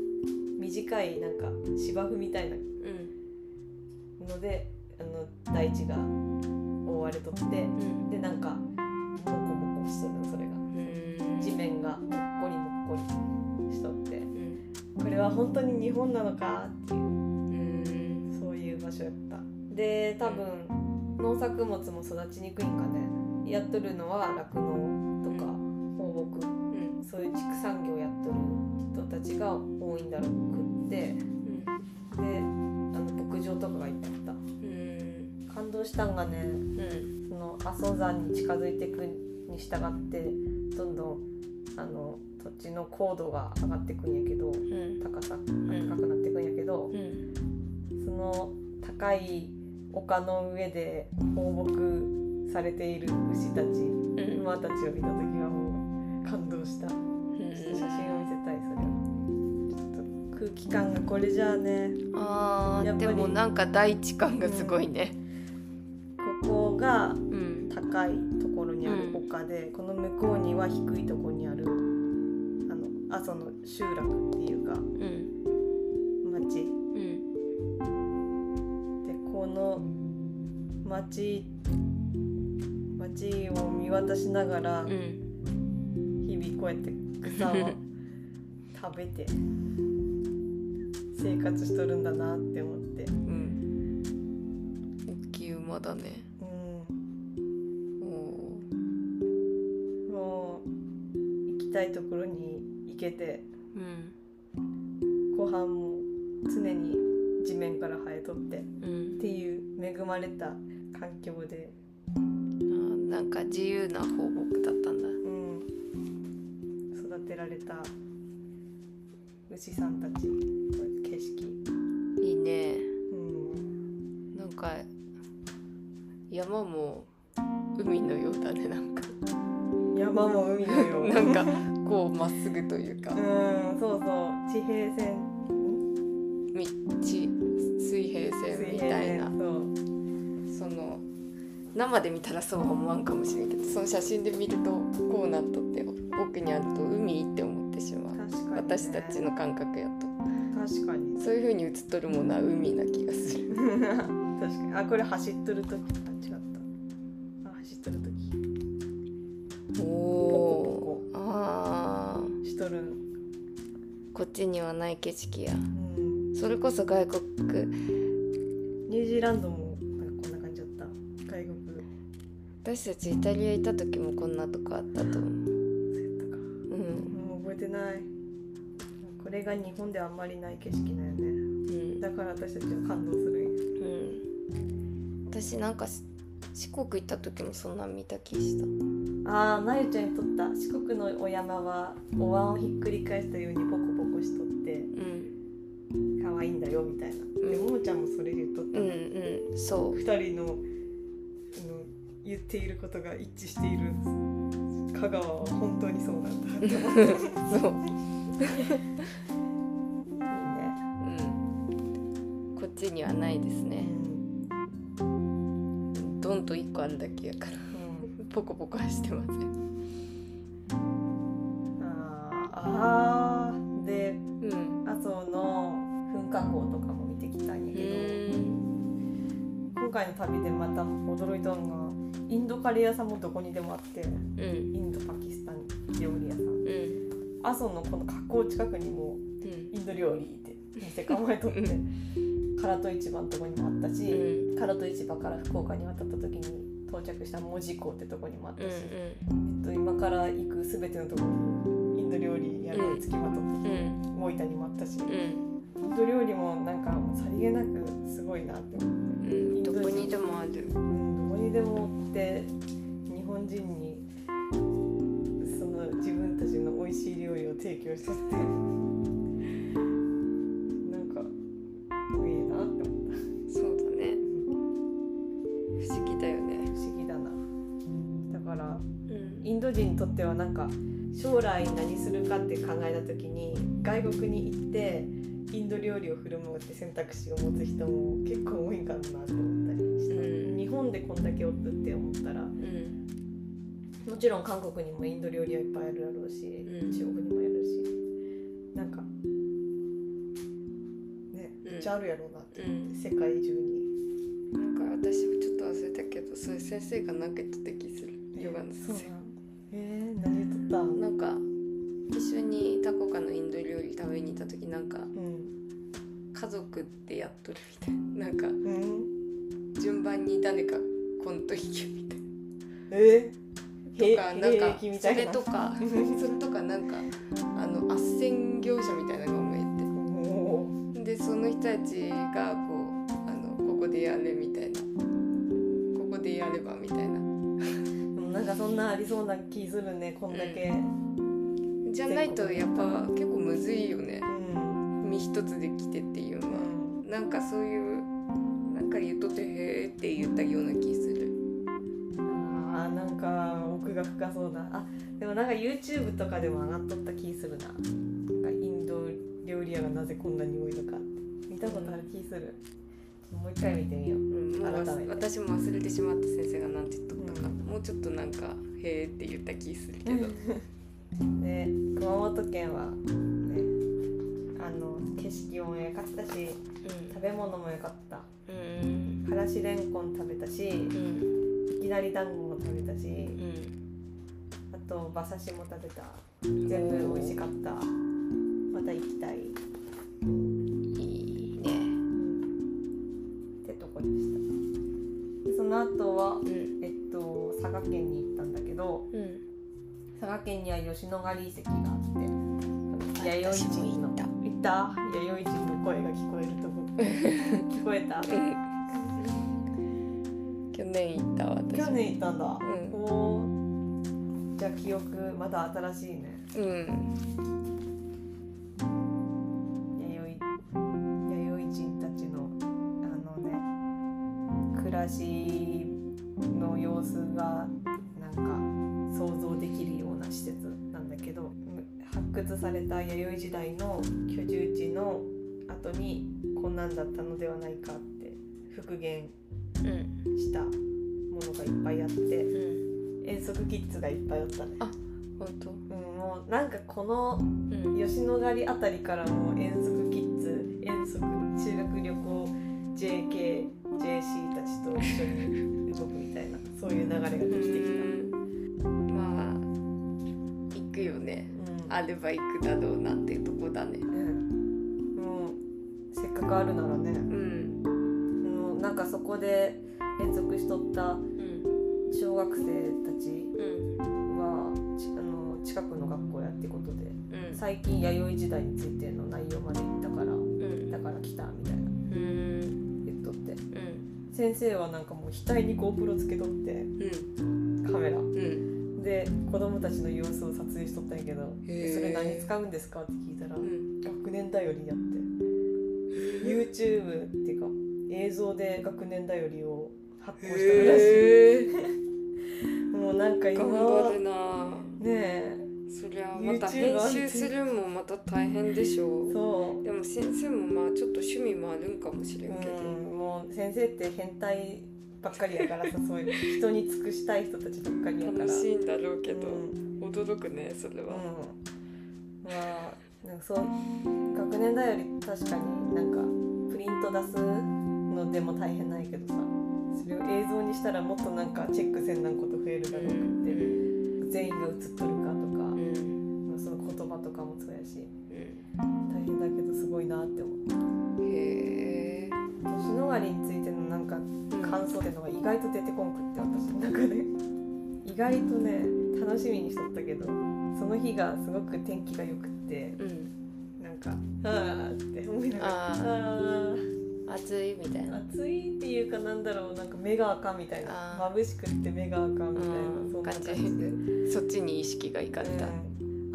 Speaker 1: 短いなんか芝生みたいな
Speaker 2: うん
Speaker 1: のであの大地が覆われとって
Speaker 2: うん
Speaker 1: でなんかモコモコするのそれが
Speaker 2: うん
Speaker 1: 地面がもっこりもっこりしとって
Speaker 2: うん
Speaker 1: これは本当に日本なのかっていう
Speaker 2: うん
Speaker 1: そういう場所やったで多分農作物も育ちにくいんかねやっとるのは酪農とか
Speaker 2: う
Speaker 1: 放牧
Speaker 2: うん
Speaker 1: そういう畜産業やっとる人たちが多いんだろうくってであの牧場とかがいっぱいあっ
Speaker 2: うんうん
Speaker 1: た感動したんがね
Speaker 2: うん
Speaker 1: その阿蘇山に近づいていくに従ってどんどんあの土地の高度が上がっていくんやけど
Speaker 2: うん
Speaker 1: 高さ高くなっていくんやけど
Speaker 2: う、ん
Speaker 1: その高い丘の上で放牧されている牛たち
Speaker 2: うん
Speaker 1: 馬たちを見た時はもう感動した。ちょっと写真を見せたいそれはちょっと空気感がこれじゃあね
Speaker 2: あ
Speaker 1: や
Speaker 2: ー
Speaker 1: っぱ
Speaker 2: で
Speaker 1: り
Speaker 2: もなんか大地感がすごいね。
Speaker 1: ここが
Speaker 2: うん。
Speaker 1: 高いところにある丘で、この向こうには低いところにあるあの阿蘇の集落っていうか
Speaker 2: うん。
Speaker 1: 町で
Speaker 2: うん。
Speaker 1: この町町を見渡しながら
Speaker 2: うん。
Speaker 1: 日々こうやって草を食べて生活しとるんだなって思って。
Speaker 2: うん。大きい馬だね。
Speaker 1: うん
Speaker 2: おお
Speaker 1: もう行きたいところに行けて
Speaker 2: ー。うん。
Speaker 1: ご飯も常に地面から生えとってっ
Speaker 2: うん。
Speaker 1: ていう恵まれた環境で、
Speaker 2: あーなんか自由な放牧だったんだ。
Speaker 1: うん、育てられた牛さんたちこういう景色、
Speaker 2: いいね。
Speaker 1: うん、
Speaker 2: なんか山も海のようだねなんか。
Speaker 1: 山も海の よう
Speaker 2: なんかこうまっすぐというか
Speaker 1: うんそうそう地平線ん
Speaker 2: 道水平線みたいな。
Speaker 1: そう
Speaker 2: その生で見たらそうは思わんかもしれんけどその写真で見るとこうなっとって奥にあると海って思ってしまう、
Speaker 1: 確かに、ね、
Speaker 2: 私たちの感覚やと
Speaker 1: 確かに
Speaker 2: そういう風に映っとるものは海な気がする
Speaker 1: 確かにあこれ走っとる時あ違ったあ走っとる時
Speaker 2: お
Speaker 1: お
Speaker 2: ーあー
Speaker 1: しとるん、
Speaker 2: こっちにはない景色や
Speaker 1: うん、
Speaker 2: それこそ外国
Speaker 1: ニュージーランドもなんかこんな感じだった外国そうや
Speaker 2: 私たちイタリア行った時もこんなとこあったと
Speaker 1: った
Speaker 2: 思う
Speaker 1: か
Speaker 2: うん
Speaker 1: もう覚えてないこれが日本ではあんまりない景色だよね
Speaker 2: うん
Speaker 1: だから私たちは感動するんや
Speaker 2: うん私なんかし四国行った時もそんなん見た気した
Speaker 1: あーなゆちゃんにとった四国のお山はお椀をひっくり返したようにボコボコしとって
Speaker 2: うん
Speaker 1: 可愛いんだよみたいなで
Speaker 2: うん
Speaker 1: ももちゃんもそれ言っとっ
Speaker 2: う
Speaker 1: た、
Speaker 2: んうんそう
Speaker 1: 二人のあの言っていることが一致している香川は本当にそうなんだって思 っていいね
Speaker 2: そう、うん、こっちにはないですねドンと一個あるだけやか
Speaker 1: う
Speaker 2: ら
Speaker 1: ん
Speaker 2: ポコポコはしてません
Speaker 1: あーあーで
Speaker 2: うん
Speaker 1: 阿蘇の噴火口とかも見てきたんやけど、今回の旅でまた驚いたのがインドカレー屋さんもどこにでもあってイ
Speaker 2: うん
Speaker 1: ンドパキスタン料理屋さん
Speaker 2: うん
Speaker 1: 阿蘇のこの河口近くにもインド料理って店構えとって唐戸市場のとこにもあった
Speaker 2: うんうんう
Speaker 1: し
Speaker 2: ん
Speaker 1: 唐戸市場から福岡に渡った時に到着した門司港ってとこにもあったし、えっと、今から行く全てのところにインド料理屋がつきまとって
Speaker 2: うんうん
Speaker 1: 大分にもあったし。
Speaker 2: うん
Speaker 1: インド料理もなんかさりげなくすごいなって思って、
Speaker 2: うんどこにでもある
Speaker 1: うん、どこにでもおって日本人にその自分たちの美味しい料理を提供しててなんかいいなって思っ
Speaker 2: そうだね不思議だよね
Speaker 1: た不思議だなだから
Speaker 2: うん
Speaker 1: インド人にとってはなんか将来何するかって考えた時に外国に行ってインド料理を振る舞うって選択肢を持つ人も結構多いんかなと思ったりした、
Speaker 2: うん
Speaker 1: 日本でこんだけおるって思ったら
Speaker 2: うん
Speaker 1: もちろん韓国にもインド料理はいっぱいあるだろうし、
Speaker 2: うん
Speaker 1: 中国にもやるしなんかね
Speaker 2: うん
Speaker 1: めっちゃあるやろうなって、
Speaker 2: うん
Speaker 1: 世界中に
Speaker 2: なんか私もちょっと忘れたけどそういう先生がなんか言っとった気するヨガの先
Speaker 1: そう
Speaker 2: 生
Speaker 1: なんえー、何言っとったん
Speaker 2: なんか一緒にタコカのインド料理食べに行った時なんか
Speaker 1: うん
Speaker 2: 家族でやっとるみたいななんか
Speaker 1: うん
Speaker 2: 順番に誰かコント引きみたいな
Speaker 1: え
Speaker 2: とかなんか
Speaker 1: 兵役み
Speaker 2: そ
Speaker 1: たいな
Speaker 2: れと かそれとかなんかあの斡旋業者みたいなのがも
Speaker 1: おお
Speaker 2: いてでその人たちがこうあのここでやれみたいなここでやればみたいな
Speaker 1: でもなんかそんなありそうな気するねこんだけ、
Speaker 2: じゃないとやっぱ結構むずいよね
Speaker 1: うん
Speaker 2: 身一つで来てっていうのはなんかそういうなんか言っとってへーって言ったような気する
Speaker 1: あーなんか奥が深そうだあでもなんか YouTube とかでも上がっとった気するななんかインド料理屋がなぜこんなに多いのかって見たことある気するもう一回見てみよう
Speaker 2: うんもうわ
Speaker 1: 改めて
Speaker 2: 私も忘れてしまった先生が何て言っとったか、もうちょっとなんかへーって言った気するけど
Speaker 1: ね熊本県はねあの景色も良かったし食べ物も良かった
Speaker 2: うん
Speaker 1: からしれんこん食べたし
Speaker 2: う
Speaker 1: い
Speaker 2: ん
Speaker 1: きなり団子も食べたし
Speaker 2: うん
Speaker 1: あと馬刺しも食べた全部美味しかったまた行きたい、
Speaker 2: いいね
Speaker 1: ってとこでしたでその後は
Speaker 2: うん
Speaker 1: えっと佐賀県に行ったんだけど
Speaker 2: うん
Speaker 1: 佐賀県には吉野ヶ里遺跡があって弥生
Speaker 2: 私も
Speaker 1: 人の
Speaker 2: 行った
Speaker 1: 行った弥生人の声が聞こえるとこ 聞こえた
Speaker 2: 去年行った私
Speaker 1: 去年行ったんだ、
Speaker 2: ん
Speaker 1: おーじゃあ記憶まだ新しいね
Speaker 2: うん
Speaker 1: 弥生弥生人たちのあのね暮らしの様子がなんか想像できるような施設なんだけどむ発掘された弥生時代の居住地の後にこんなんだったのではないかって復元
Speaker 2: うん
Speaker 1: したものがいっぱいあって
Speaker 2: うん
Speaker 1: 遠足キッズがいっぱいおったね。
Speaker 2: あ本当
Speaker 1: うん、もうなんかこの
Speaker 2: うん
Speaker 1: 吉野ヶ里あたりからもう遠足キッズ遠足修学旅行 JKJC たちと一緒に動くみたいなそういう流れができてき
Speaker 2: うんまあ行くよね
Speaker 1: た、うん
Speaker 2: あれば行くだろうなっていうとこだね
Speaker 1: うんもうせっかくあるならね
Speaker 2: う、ん
Speaker 1: もうなんかそこで遠足しとった
Speaker 2: うん
Speaker 1: 小学生たち
Speaker 2: うん
Speaker 1: はちあの近くの学校やってことで
Speaker 2: うん
Speaker 1: 最近弥生時代についての内容まで行ったから
Speaker 2: うん
Speaker 1: だから来たみたいな
Speaker 2: うん
Speaker 1: 言っとって
Speaker 2: うん
Speaker 1: 先生はなんかもう額に GoPro つけとって
Speaker 2: うん
Speaker 1: カメラ
Speaker 2: うん
Speaker 1: で子供たちの様子を撮影しとったんやけど「
Speaker 2: へー
Speaker 1: えそれ何使うんですか?」って聞いたら
Speaker 2: うん
Speaker 1: 学年だよりやって YouTube っていうか映像で学年だよりを発行してるらし
Speaker 2: へ
Speaker 1: いもうなんか
Speaker 2: え
Speaker 1: 今
Speaker 2: 頑
Speaker 1: は
Speaker 2: 張
Speaker 1: ね
Speaker 2: るな
Speaker 1: え
Speaker 2: そりゃまた編集するもまた大変でしょう
Speaker 1: そう
Speaker 2: でも先生もまあちょっと趣味もあるんかもしれんけど
Speaker 1: うんもう先生って変態ばっかりやからさそういう人に尽くしたい人たちばっかりやから
Speaker 2: 楽しいんだろうけど
Speaker 1: うん
Speaker 2: 驚くねそれは
Speaker 1: うん、まあなんかそう学年だより確かになんかプリント出すのでも大変ないけどさそれを映像にしたらもっとなんかチェックせんなんこと増えるだろうかって、全員が映っとるかとか、
Speaker 2: うん
Speaker 1: まあその言葉とかもそうやし
Speaker 2: うん
Speaker 1: 大変だけどすごいなって思った
Speaker 2: へえ。
Speaker 1: 吉野ヶ里についてのなんか感想っていうのが意外と出てこんくって私の中で意外とね楽しみにしとったけどその日がすごく天気が良くって
Speaker 2: うん。
Speaker 1: なんか「ああ」って思いながら「
Speaker 2: あ
Speaker 1: あ
Speaker 2: 暑いみたい
Speaker 1: あ
Speaker 2: な。
Speaker 1: 暑い」っていうかなんだろうなんか目が赤みたいな
Speaker 2: あー
Speaker 1: 眩しくって目が赤みたいな
Speaker 2: うん
Speaker 1: そんな感じで、
Speaker 2: 感そっちに意識がいかれた。
Speaker 1: うん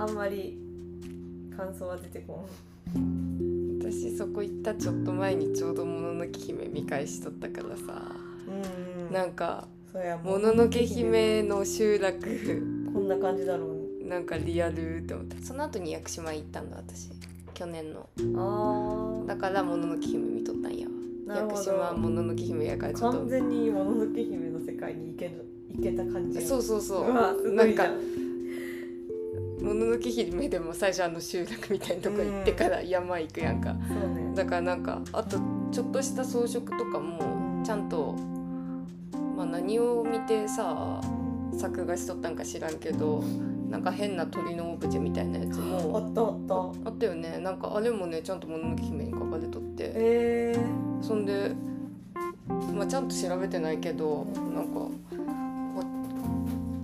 Speaker 1: あんまり感想は出てこ
Speaker 2: 私そこ行ったちょっと前にちょうどもののけ姫見返しとったからさ。
Speaker 1: ん、うんうん、
Speaker 2: なんか
Speaker 1: そうや
Speaker 2: もののけ姫の集落
Speaker 1: こんな感じだろうね
Speaker 2: なんかリアルって思った。その後に屋久島行ったんだ私。去年の
Speaker 1: あ
Speaker 2: だからもののけ姫見とったんやわ。
Speaker 1: あな
Speaker 2: 屋
Speaker 1: る
Speaker 2: 久
Speaker 1: ほ
Speaker 2: 島
Speaker 1: ど
Speaker 2: もののけ姫やからちょっ
Speaker 1: 完
Speaker 2: と。
Speaker 1: 全にもののけ姫の世界に行ける行けた感じ
Speaker 2: そうそうそう
Speaker 1: わす
Speaker 2: う。
Speaker 1: ご
Speaker 2: なん
Speaker 1: いじ
Speaker 2: か
Speaker 1: ゃん
Speaker 2: もののけ姫でも最初あの集落みたいなとこ行ってから山行くやんか、
Speaker 1: そうね
Speaker 2: だからなんかあとちょっとした装飾とかもちゃんと、まあ、何を見てさ作画しとったんか知らんけどなんか変な鳥のオブジェみたいなやつ
Speaker 1: あ
Speaker 2: も
Speaker 1: ったあった
Speaker 2: あったよねなんかあれもねちゃんともののけ姫に書かれとって
Speaker 1: えー、
Speaker 2: そんでまあ、ちゃんと調べてないけどなんかあ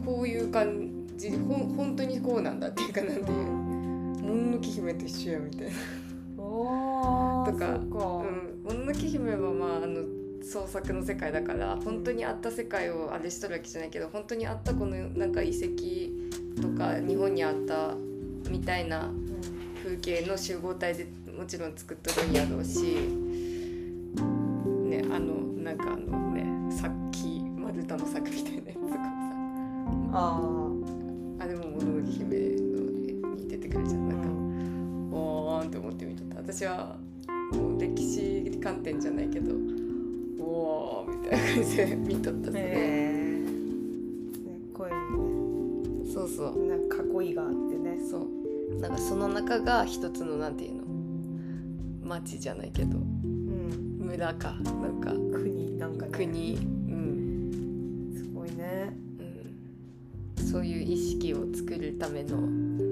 Speaker 2: こういう感じほん本当にこうなんだっていうかなんていう「もののけ姫」と一緒やみたいな。
Speaker 1: おー
Speaker 2: とか
Speaker 1: そっか
Speaker 2: うん、もののけ姫はまああの創作の世界だから本当にあった世界をあれしとるわけじゃないけど本当にあったこのなんか遺跡とか日本にあったみたいな風景の集合体でもちろん作っとるんやろうし、ね、あのなんかあのねさっき丸太の作みたいなやつとか
Speaker 1: あ
Speaker 2: さあれも「もののけ姫」のに出てくるじゃん
Speaker 1: あ
Speaker 2: なんか、おーんって思って見とった私はもう歴史観点じゃないけどおーみたいな感じで見とったそ
Speaker 1: へ
Speaker 2: れ、
Speaker 1: えねこういう
Speaker 2: そうそう
Speaker 1: ねなんか囲いがあってね
Speaker 2: そうなんかその中が一つのなんていうの町じゃないけど
Speaker 1: うん
Speaker 2: 村かなんか
Speaker 1: 国なんかね
Speaker 2: 国、うん
Speaker 1: すごいね
Speaker 2: うん、そういう意識を作るための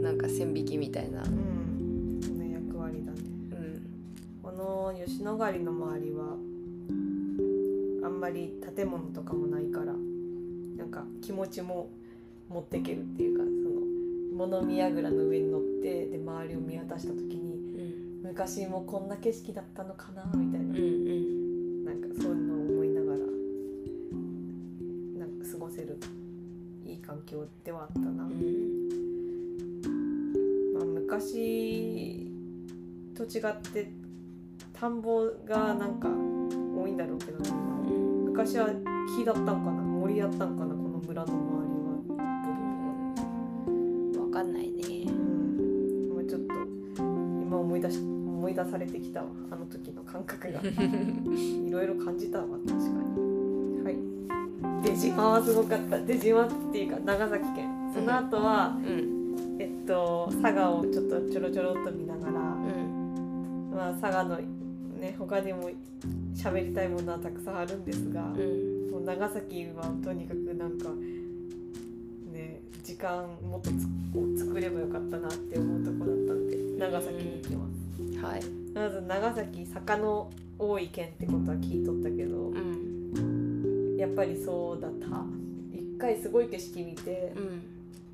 Speaker 2: なんか線引きみたいな、う
Speaker 1: うんその役割だね
Speaker 2: ん、
Speaker 1: この吉野ヶ里の周りはあんまり建物とかもないからなんか気持ちも持ってけるっていうかその物見櫓の上に乗ってで周りを見渡した時に
Speaker 2: うん
Speaker 1: 昔もこんな景色だったのかなみたい
Speaker 2: うん
Speaker 1: ななんかそういうのを思いながらなんか過ごせるいい環境ではあったな。
Speaker 2: うん
Speaker 1: まあ、昔と違って田んぼがなんか多いんだろうけど、ね、昔は木だったんかな森だったんかなこの村の周りは。
Speaker 2: 分かんないね
Speaker 1: うんまあ、ちょっと今思い出し思い出されてきたわあの時の感覚がいろいろ感じたわ確かに。はい出島はすごかった出島っていうか長崎県その後は、
Speaker 2: うん
Speaker 1: えっと佐賀をちょっとちょろちょろっと見ながら
Speaker 2: うん
Speaker 1: まあ、佐賀のね他にも喋りたいものはたくさんあるんですが、
Speaker 2: うん
Speaker 1: もう長崎はとにかくなんかね時間もっとつこう作ればよかったなって思うとこだったんで長崎に行きます。
Speaker 2: はい
Speaker 1: まず長崎坂の多い県ってことは聞いとったけど
Speaker 2: うん
Speaker 1: やっぱりそうだった一回すごい景色見て
Speaker 2: うん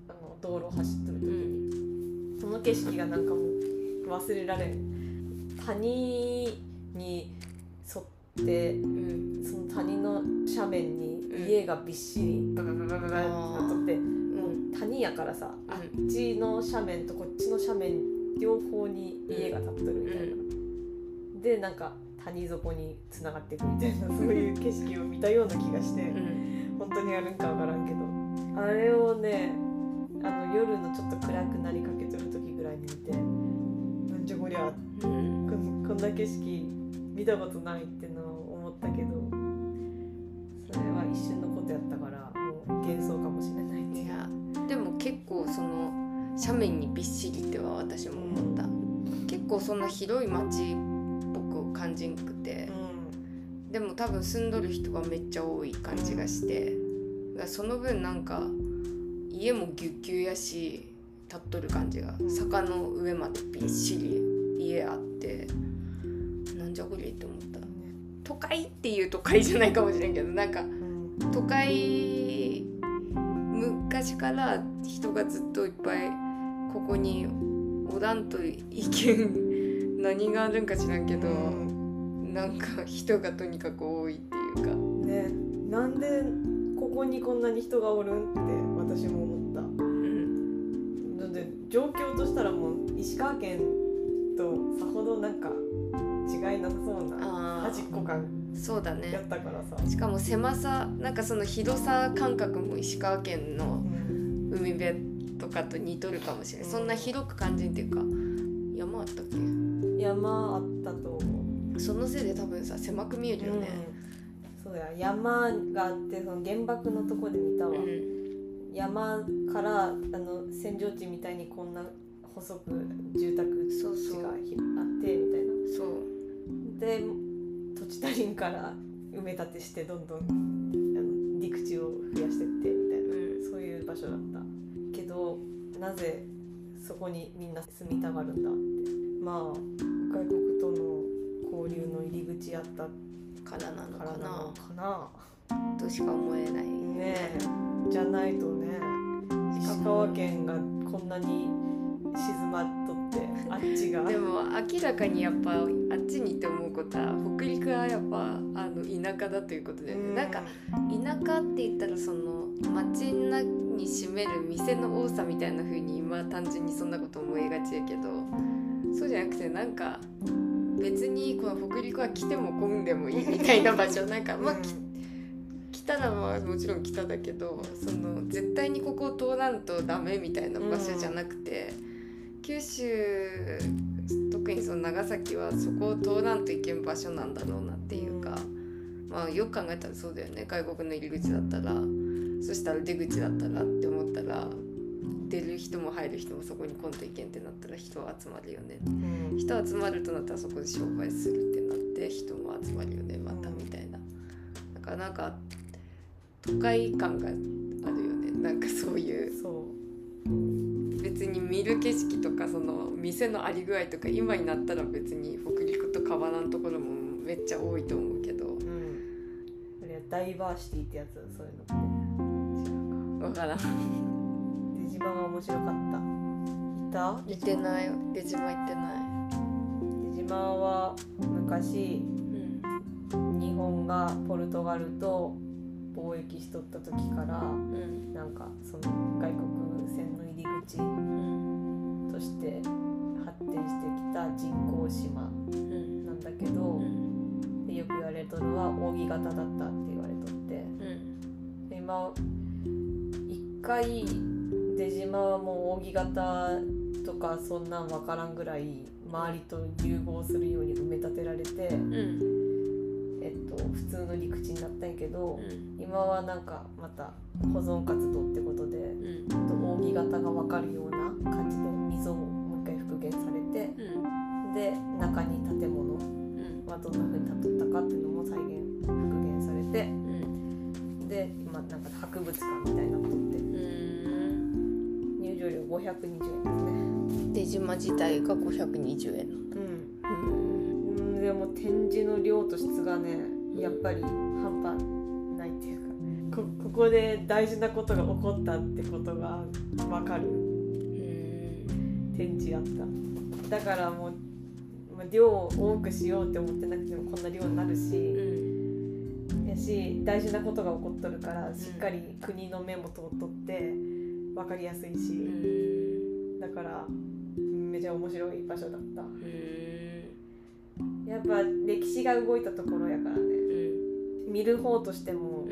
Speaker 1: あの道路走ってる時に、その景色がなんかもう忘れられん谷に沿って
Speaker 2: うん
Speaker 1: その谷の斜面に家がびっしりガガガガガガってなっとって、もう谷やからさあっちの斜面とこっちの斜面両方に家が建っとるみたいな、でなんか谷底に繋がっていくみたいなそういう景色を見たような気がして。
Speaker 2: うん
Speaker 1: 本当にやるんかわからんけどあれをねあの夜のちょっと暗くなりかけてる時ぐらいに見てなんじゃこりゃ
Speaker 2: うん
Speaker 1: こんこんな景色見たことないってのを思ったけどそれは一瞬のことやったからもう幻想かもしれないって
Speaker 2: い
Speaker 1: いう
Speaker 2: やでも結構その斜面にびっしりっては私も思った、結構そんな広い町っぽく感じんくて、でも多分住んどる人がめっちゃ多い感じがしてだからその分なんか家もぎゅっぎゅうやし立っとる感じが
Speaker 1: うん
Speaker 2: 坂の上までびっしり家あってなんじゃこりゃって思った都会っていう都会じゃないかもしれんけどなんか
Speaker 1: うん
Speaker 2: 都会昔から人がずっといっぱいここにおらんと意見何があるんか知らんけど、なんか人がとにかく多いっていうか
Speaker 1: うんねなんでここにこんなに人がおるんって私も思った。
Speaker 2: うん
Speaker 1: なので状況としたらもう石川県とさほどなんか違いなさそうな
Speaker 2: あ
Speaker 1: 端っこ感
Speaker 2: ーそうだ
Speaker 1: やっ
Speaker 2: ね
Speaker 1: たからさ、
Speaker 2: しかも狭さなんかその広さ感覚も石川県
Speaker 1: う
Speaker 2: の
Speaker 1: ん
Speaker 2: 海辺とかと似とるかもしれないそんな広く感じんっていうか山あったっ
Speaker 1: 山あったと思う、
Speaker 2: けそのせいで多分さ狭く見えるよね、
Speaker 1: うんそうだ山があってその原爆のとこで見たわ、
Speaker 2: うん
Speaker 1: 山からあの扇状地みたいにこんな細く住宅
Speaker 2: そう
Speaker 1: 地
Speaker 2: そう
Speaker 1: がひあってみたいな
Speaker 2: そう
Speaker 1: で土地足りんから埋め立てしてどんどんあの陸地を増やしてってみたいな
Speaker 2: うん
Speaker 1: そういう場所だったけどなぜそこにみんな住みたがるんだってまあ外国との交流の入り口やった
Speaker 2: からなの
Speaker 1: から
Speaker 2: か
Speaker 1: なの
Speaker 2: な
Speaker 1: かな
Speaker 2: としか思えない
Speaker 1: ねえじゃないとね石川県がこんなに静まっとってあっちが
Speaker 2: でも明らかにやっぱあっちにって思うことは北陸はやっぱあの田舎だということだよね、なんか田舎って言ったらその町に占める店の多さみたいな風に今単純にそんなこと思いがちやけどそうじゃなくてなんか別にこの北陸は来ても混んでもいいみたいな場所なんかまあ、き来たらまあもちろん来ただけどその絶対にここを通らんとダメみたいな場所じゃなくて、九州特にその長崎はそこを通らんといけん場所なんだろうなっていうか、まあよく考えたらそうだよね外国の入り口だったらそしたら出口だったらって思ったら出る人も入る人もそこに来んといけんってなったら人は集まるよね
Speaker 1: うん
Speaker 2: 人集まるとなったらそこで商売するってなって人も集まるよねまた
Speaker 1: うん
Speaker 2: みたいなだからなんか都会感があるよねなんかそういう
Speaker 1: そ
Speaker 2: 別に見る景色とかその店のあり具合とか今になったら別に北陸と変わらんところもめっちゃ多いと思うけど
Speaker 1: ううんそれはダイバーシティってやつそういうの
Speaker 2: わからん
Speaker 1: って出島が面白かったいた
Speaker 2: 行ってない出島行ってない
Speaker 1: 出島は昔
Speaker 2: うん
Speaker 1: 日本がポルトガルと貿易しとった時から
Speaker 2: うん
Speaker 1: なんかその外国船の入り口
Speaker 2: うん
Speaker 1: として発展してきた人工島
Speaker 2: うん
Speaker 1: なんだけど
Speaker 2: う、ん
Speaker 1: でよく言われとるは扇形だったって言われとって
Speaker 2: うん
Speaker 1: で今一回出島はもう扇形とかそんなん分からんぐらい周りと融合するように埋め立てられて、
Speaker 2: うん
Speaker 1: えっと、普通の陸地になったんやけど、
Speaker 2: うん
Speaker 1: 今はなんかまた保存活動ってことで
Speaker 2: うん
Speaker 1: ちょっと扇形が分かるような感じで溝をもう一回復元されて
Speaker 2: う
Speaker 1: で中に建物
Speaker 2: ん
Speaker 1: はどんな風に建っとったかっていうのも再現復元されて
Speaker 2: うん
Speaker 1: で今なんか博物館みたいなことって
Speaker 2: うん
Speaker 1: 入場料520円ですね
Speaker 2: 出島自体が520円なんだ
Speaker 1: うん
Speaker 2: うん
Speaker 1: うんでも展示の量と質がねやっぱり半端ないっていうかこここで大事なことが起こったってことが分かる展示あっただからもうまあ量を多くしようって思ってなくてもこんな量になるし、やし大事なことが起こっとるからしっかり国の目も通っとって分かりやすいし、だからめちゃ面白い場所だったやっぱ歴史が動いたところやからね見る方としても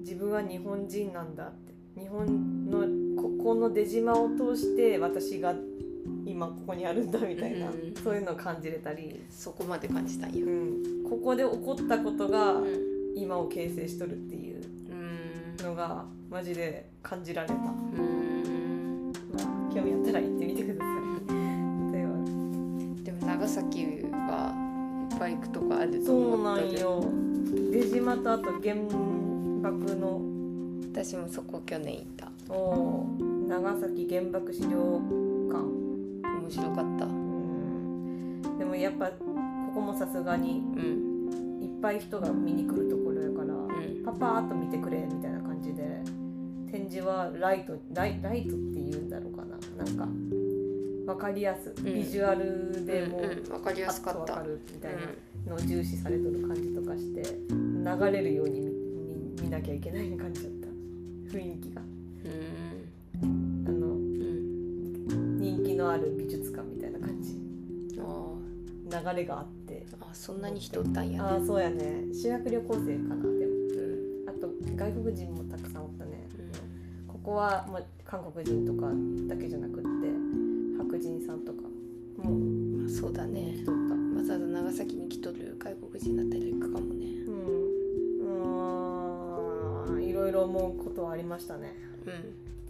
Speaker 1: 自分は日本人なんだって日本のここの出島を通して私が今ここにあるんだみたいな、
Speaker 2: うん
Speaker 1: そういうのを感じれたり
Speaker 2: そこまで感じたんや
Speaker 1: うん、ここで起こったことが
Speaker 2: うん
Speaker 1: 今を形成しとるっていうのがマジで感じられた、ま
Speaker 2: うん
Speaker 1: あ、興味あったら行ってみてくださいでは
Speaker 2: でも長崎はいっぱい行くとこあると
Speaker 1: そう
Speaker 2: 思
Speaker 1: な
Speaker 2: った
Speaker 1: ん
Speaker 2: けど
Speaker 1: よ出島とあと原爆の
Speaker 2: 私もそこ去年行った
Speaker 1: おー長崎原爆資料館
Speaker 2: 面白かった
Speaker 1: うんでもやっぱここもさすがに
Speaker 2: うん
Speaker 1: いっぱい人が見に来るところやから、
Speaker 2: うん
Speaker 1: パパーっと見てくれみたいな感じで展示はライトライライトっていうんだろうかななんか分かりやすい、
Speaker 2: ん
Speaker 1: ビジュアルでも
Speaker 2: うんうんわかりや
Speaker 1: パ
Speaker 2: す
Speaker 1: ッ
Speaker 2: か
Speaker 1: と
Speaker 2: っ
Speaker 1: 分
Speaker 2: た
Speaker 1: かるみたい
Speaker 2: うん
Speaker 1: なのを重視されとる感じとかして流れるように見見見なきゃいけない感じだった雰囲気が
Speaker 2: うん
Speaker 1: あの
Speaker 2: うん
Speaker 1: 人気のある美術館みたいな感じ
Speaker 2: あ
Speaker 1: 流れがあって
Speaker 2: ーあそんなに人おったんや
Speaker 1: ああ
Speaker 2: ね
Speaker 1: そうやね修学旅行生かなでも
Speaker 2: うん
Speaker 1: あと外国人もたくさんおったね
Speaker 2: うん
Speaker 1: ここはもう韓国人とかだけじゃなくって白人さんとかも
Speaker 2: まあそうだね
Speaker 1: 来とった
Speaker 2: わざわざ長崎に来とる外国人だったり行くかもね
Speaker 1: うんうーんいろいろ思うことはありましたね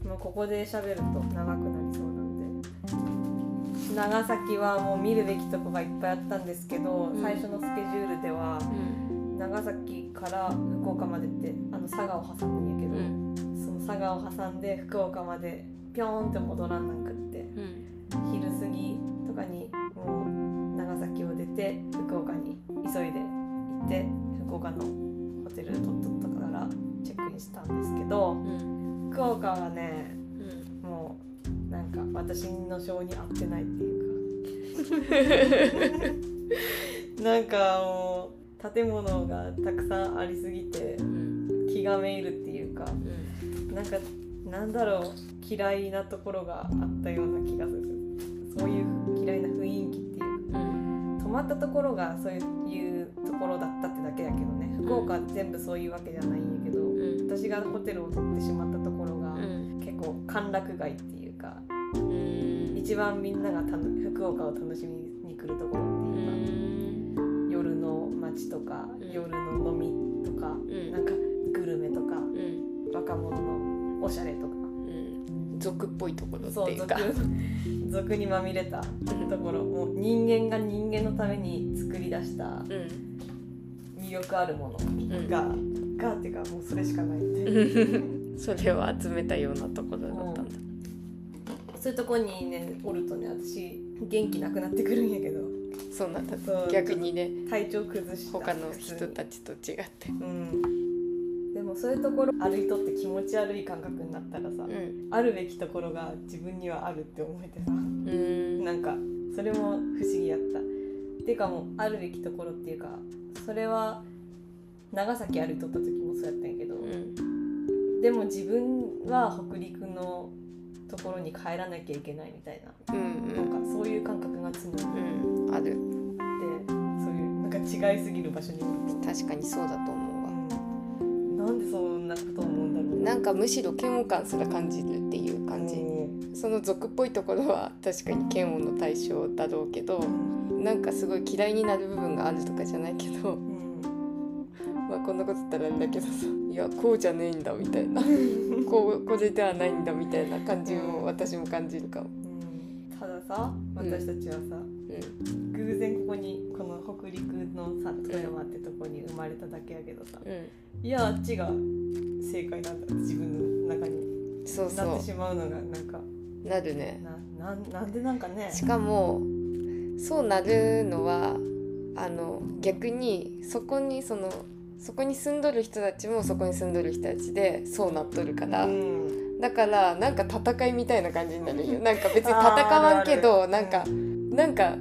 Speaker 2: うん
Speaker 1: もうここで喋ると長くなりそうなんで長崎はもう見るべきとこがいっぱいあったんですけど、
Speaker 2: ん
Speaker 1: 最初のスケジュールでは
Speaker 2: うん
Speaker 1: 長崎から福岡までってあの佐賀を挟むんやけど、
Speaker 2: うん
Speaker 1: その佐賀を挟んで福岡までピョーンって戻らんなんかって
Speaker 2: うん
Speaker 1: 昼過ぎとかにもう長崎を出て福岡に急いで行って福私の性に合ってないっていうかなんかもう建物がたくさんありすぎて
Speaker 2: うん
Speaker 1: 気がめいるっていうか
Speaker 2: うん
Speaker 1: なんかなんだろう嫌いなところがあったような気がするそういう嫌いな雰囲気っていうか
Speaker 2: うん
Speaker 1: 泊まったところがそういうところだったってだけだけどね福岡は全部そういうわけじゃないんやけど
Speaker 2: うん
Speaker 1: 私がホテルを取ってしまったところが
Speaker 2: うん
Speaker 1: 結構歓楽街っていうか
Speaker 2: うん
Speaker 1: 一番みんながたの福岡を楽しみに来るところっていうか、夜の街とか、
Speaker 2: うん
Speaker 1: 夜の飲みとか、
Speaker 2: ん
Speaker 1: なんかグルメとか
Speaker 2: うん
Speaker 1: 若者のおしゃれとか
Speaker 2: うん俗っぽいところっ
Speaker 1: そ
Speaker 2: て
Speaker 1: う
Speaker 2: いう
Speaker 1: 俗
Speaker 2: か
Speaker 1: 俗にまみれたところもう人間が人間のために作り出した
Speaker 2: うん
Speaker 1: 魅力あるもの
Speaker 2: うん
Speaker 1: が、がっていうかもうそれしかないみたいな
Speaker 2: うんそれを集めたようなところだったんだ
Speaker 1: そういうとこにねおるとね私元気なくなってくるんやけど
Speaker 2: そうなんだ
Speaker 1: そう
Speaker 2: 逆にね
Speaker 1: 体調崩した
Speaker 2: 他の人
Speaker 1: 普通
Speaker 2: たちと違って
Speaker 1: にうんでもそういうところ歩いとって気持ち悪い感覚になったらさ、
Speaker 2: うん
Speaker 1: あるべきところが自分にはあるって思えてさ
Speaker 2: うん
Speaker 1: なんかそれも不思議やったっていうかもうあるべきところっていうかそれは長崎歩いとった時もそうやったんやけど、
Speaker 2: うん
Speaker 1: でも自分は北陸のところに帰らなきゃいけないみたいな
Speaker 2: うん
Speaker 1: なんかそういう感覚が常にあって
Speaker 2: うんうんある
Speaker 1: そういうなんか違いすぎる場所におると
Speaker 2: 確かにそうだと思うわ
Speaker 1: なんでそんなこと思うんだろう
Speaker 2: なんかむしろ嫌悪感すら感じるっていう感じ、その俗っぽいところは確かに嫌悪の対象だろうけどなんかすごい嫌いになる部分があるとかじゃないけど
Speaker 1: うん
Speaker 2: まあこんなこと言ったらあれだけどさいやこうじゃねえんだみた いなこうこれではないんだみたいな感じも私も感じるかも。
Speaker 1: うんたださ私たちはさ、
Speaker 2: うん
Speaker 1: 偶然ここにこの北陸のさ富山ってとこに生まれただけやけどさいやあっちが正解なんだって自分の中に
Speaker 2: うん、そう
Speaker 1: なっ
Speaker 2: そ
Speaker 1: てしまうのがなんか
Speaker 2: うなるね。
Speaker 1: ななんなんでなんかね
Speaker 2: しかもそうなるのはあの逆にそこにそのそこに住んどる人たちもそこに住んどる人たちでそうなっとるから、
Speaker 1: うん
Speaker 2: だからなんか戦いみたいな感じになるんよなんか別に戦わんけど
Speaker 1: あー
Speaker 2: な
Speaker 1: あるあ
Speaker 2: ん
Speaker 1: る
Speaker 2: かなんか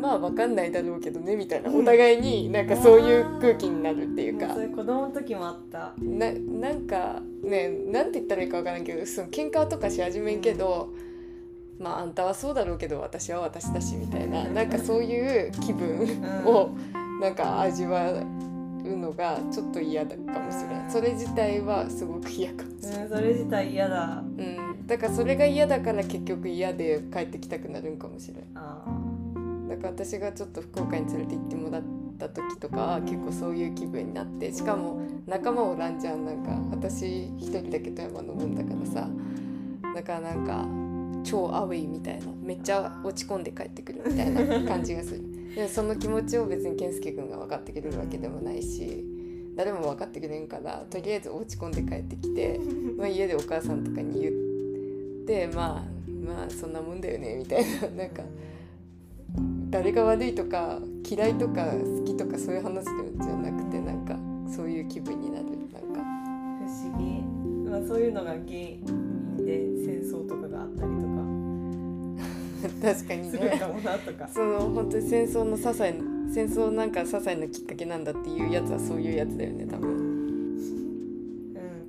Speaker 2: まあわかんないだろうけどねみたいな
Speaker 1: うん
Speaker 2: お互いになんかそういう空気になるっていう
Speaker 1: も
Speaker 2: か
Speaker 1: うそ。れ子供の時もあった
Speaker 2: ななんかねなんて言ったらいいかわからんけどその喧嘩とかし始めんけど、まああんたはそうだろうけど私は私だしみたいななんかそういう気分
Speaker 1: うん
Speaker 2: をなんか味わうのがちょっと嫌だかもしれないそれ自体はすごく嫌かもしれない、
Speaker 1: うん、それ自体嫌だ
Speaker 2: うん、だからそれが嫌だから結局嫌で帰ってきたくなるんかもしれない
Speaker 1: あ
Speaker 2: だから私がちょっと福岡に連れて行ってもらった時とかは結構そういう気分になってしかも仲間おらんじゃんなんか私一人だけ富山のもんだからさだからなんか超アウェイみたいなめっちゃ落ち込んで帰ってくるみたいな感じがするでその気持ちを別に健介君が分かってくれるわけでもないし誰も分かってくれんからとりあえず落ち込んで帰ってきて、まあ、家でお母さんとかに言ってまあまあそんなもんだよねみたいななんか誰が悪いとか嫌いとか好きとかそういう話じゃなくてなんかそういう気分になるなんか
Speaker 1: 不思議、まあ、そういうのが原因で戦争とかがあったりとか
Speaker 2: 確かに
Speaker 1: する
Speaker 2: ね
Speaker 1: かもなとか
Speaker 2: その本当に戦争の些細な戦争なんか些細なきっかけなんだっていうやつはそういうやつだよね多
Speaker 1: う
Speaker 2: 分
Speaker 1: ん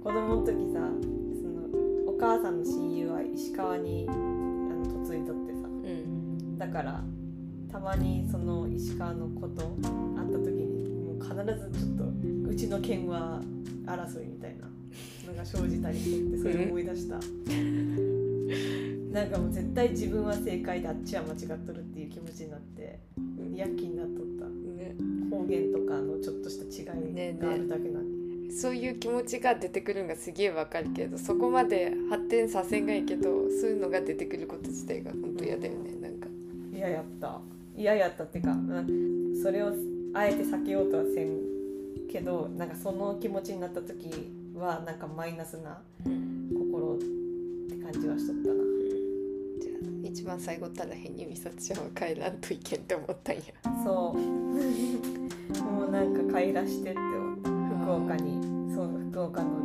Speaker 1: 子供の時さそのお母さんの親友は石川にあの嫁いとってさ
Speaker 2: うん
Speaker 1: だからたまにその石川の子と会った時にもう必ずちょっとうちの県は争いみたいなのが生じたりしてそれを思い出した、なんかもう絶対自分は正解であっちは間違っとるっていう気持ちになって躍起になっとった
Speaker 2: ね
Speaker 1: 方言とかのちょっとした違いがあるだけなのに、
Speaker 2: そういう気持ちが出てくるのがすげえわかるけどそこまで発展させんがいいけどそういうのが出てくること自体が本当嫌だよねなんか
Speaker 1: 嫌やった嫌やったっていうか、うんそれをあえて避けようとはせんけどなんかその気持ちになった時はなんかマイナスな心って感じはしとったな
Speaker 2: じゃあ一番最後ただ変に美里ちゃんは帰らんといけんって思ったんや
Speaker 1: そう もうなんか帰らしてって思った福岡にそう福岡の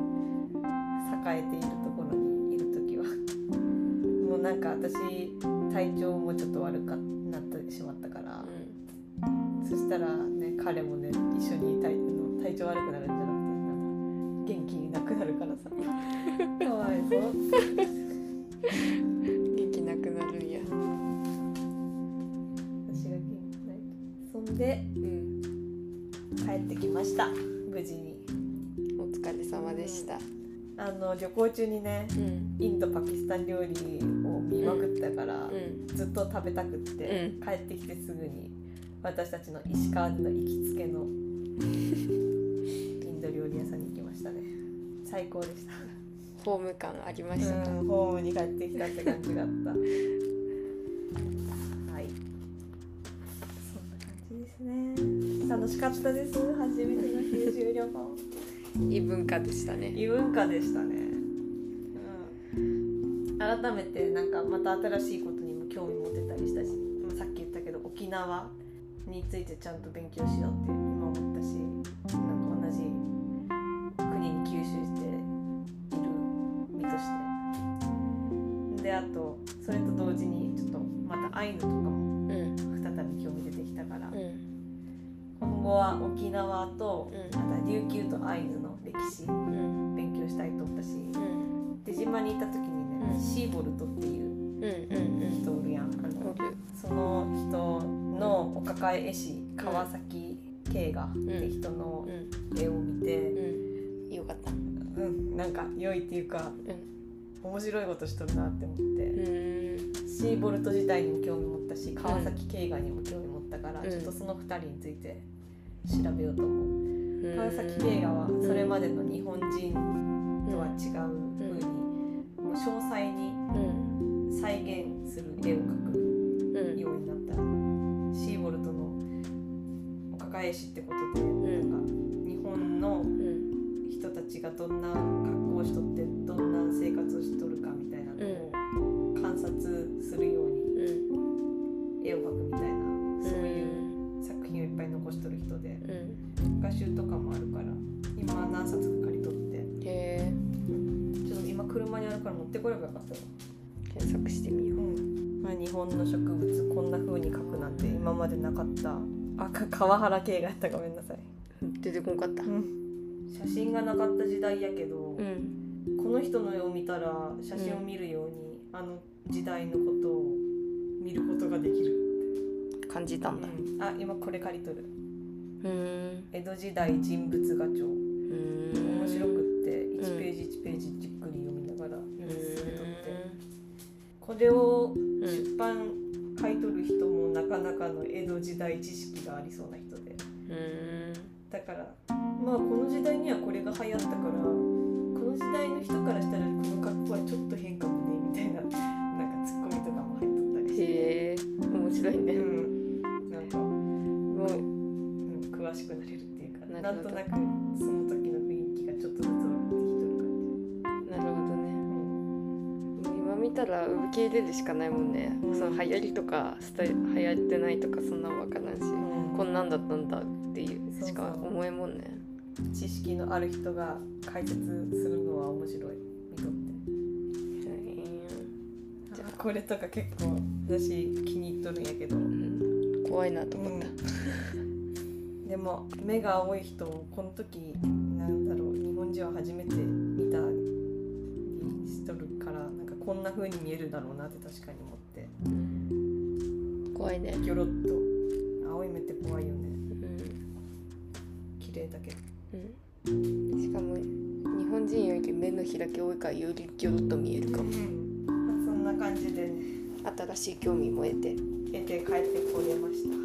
Speaker 1: 栄えているところにいる時はもうななんか私体調もちょっと悪くなってしまったから、そしたらね彼もね一緒に体の体調悪くなるんじゃなくてなんか元気になくなるからさかわいそう
Speaker 2: うん、元気なくなるんや、
Speaker 1: 私が元気ないとそんで
Speaker 2: うん、
Speaker 1: 帰ってきました無事に
Speaker 2: お疲れ様でした、
Speaker 1: あの旅行中にね
Speaker 2: うん
Speaker 1: インドパキスタン料理を見まくったから、
Speaker 2: うん、
Speaker 1: ずっと食べたくって、帰ってきてすぐに私たちの石川の行きつけの インド料理屋さんに行きましたね最高でした
Speaker 2: ホーム感ありましたか、
Speaker 1: うんホームに帰ってきたって感じだった はいそんな感じですね楽しかったです初めての九州旅行
Speaker 2: いい文化でしたね
Speaker 1: 異文化でしたね、うん、改めてなんかまた新しいことにも興味持てたりしたし、まあ、さっき言ったけど沖縄についてちゃんと勉強しようって今思ったしなんか同じ国に吸収している身としてであとそれと同時にちょっとまたアイヌとか
Speaker 2: う
Speaker 1: も
Speaker 2: んうん
Speaker 1: 再び興味出てきたから、
Speaker 2: うん
Speaker 1: 今後は沖縄と
Speaker 2: うん
Speaker 1: また琉球とアイヌの歴史
Speaker 2: うん
Speaker 1: 勉強したいと思ったし
Speaker 2: うん
Speaker 1: 出島にいた時にね、
Speaker 2: うん
Speaker 1: シーボルトっていう
Speaker 2: うんうん
Speaker 1: 人おるやんあ
Speaker 2: うんお
Speaker 1: の
Speaker 2: る
Speaker 1: その人のお抱え絵師川崎慶賀って人の
Speaker 2: うん
Speaker 1: 絵を見て、
Speaker 2: うんよかった
Speaker 1: うん、なんか良いっていうか
Speaker 2: うん
Speaker 1: 面白いことしとるなって思って、
Speaker 2: うん
Speaker 1: シーボルト自体にも興味持ったし川崎慶賀にも興味持ったから、
Speaker 2: うん
Speaker 1: ちょっとその2人について調べようと思う、
Speaker 2: うん
Speaker 1: 川崎慶賀はそれまでの日本人とは違う風に、もう詳細に
Speaker 2: うん
Speaker 1: 再現する絵を描く
Speaker 2: うん
Speaker 1: ようになったシーボルトのお抱え師ってことで、
Speaker 2: ん
Speaker 1: なんか日本の
Speaker 2: うん
Speaker 1: 人たちがどんな格好をしとってどんな生活をしとるかみたいなのを観察するように
Speaker 2: うん
Speaker 1: 絵を描くみたいなそういう
Speaker 2: う
Speaker 1: 作品をいっぱい残しとる人で
Speaker 2: うん
Speaker 1: 画集とかもあるから今何冊か借りとって
Speaker 2: へえ
Speaker 1: ちょっと今車にあるから持ってこればよかったよ、
Speaker 2: 検索してみよ
Speaker 1: うんまあ、日本の植物こんな風に描くなんて今までなかったあか川原系がやったごめんなさい、
Speaker 2: う出てこんかった
Speaker 1: 写真がなかった時代やけど、
Speaker 2: うん
Speaker 1: この人の絵を見たら写真を見るように、あの時代のことを見ることができる、
Speaker 2: 感じたんだ
Speaker 1: うんあ今これ借りとる
Speaker 2: うん
Speaker 1: 江戸時代人物画帳
Speaker 2: うん
Speaker 1: 面白
Speaker 2: っ
Speaker 1: くって
Speaker 2: ん
Speaker 1: 1ページ1ページじっくり読みながら読み進めとってこれを出版買い取る人もなかなかの江戸時代知識がありそうな人で
Speaker 2: うん
Speaker 1: だからまあこの時代にはこれが流行ったからこの時代の人からしたらこの格好はちょっと変かもねみたいななんかツッコミとかも入っとったりして。
Speaker 2: へえ面白いね
Speaker 1: うんなんか、うん、
Speaker 2: もう
Speaker 1: 詳しくなれるっていうかな
Speaker 2: なる
Speaker 1: ん
Speaker 2: ほ
Speaker 1: と
Speaker 2: ど
Speaker 1: なくその時の雰囲気がちょっとずつ分かって
Speaker 2: なるほどね
Speaker 1: きとる感じ。
Speaker 2: もう今見たら受け入れるしかないもんね、
Speaker 1: うん
Speaker 2: その流行りとかスタイ流行ってないとかそんなんわからんし、
Speaker 1: ん
Speaker 2: こんなんだったんだっていう
Speaker 1: そうそう
Speaker 2: しか思えんもんね
Speaker 1: 知識のある人が解説するのは面白い見とって
Speaker 2: はいじゃ
Speaker 1: これとか結構私気に入っとるんやけど
Speaker 2: うん怖いなと思った、
Speaker 1: でも目が青い人をこの時なんだろう日本人は初めて見たりしとるからなんかこんな風に見えるだろうなって確かに思って
Speaker 2: 怖いね、
Speaker 1: ギョロッと青い目って怖いよね
Speaker 2: うん
Speaker 1: 綺麗だけど
Speaker 2: うん、しかも日本人より目の開き多いからよりギョロッと見えるかも
Speaker 1: まあそんな感じでね
Speaker 2: 新しい興味も得て
Speaker 1: 得て帰ってこれました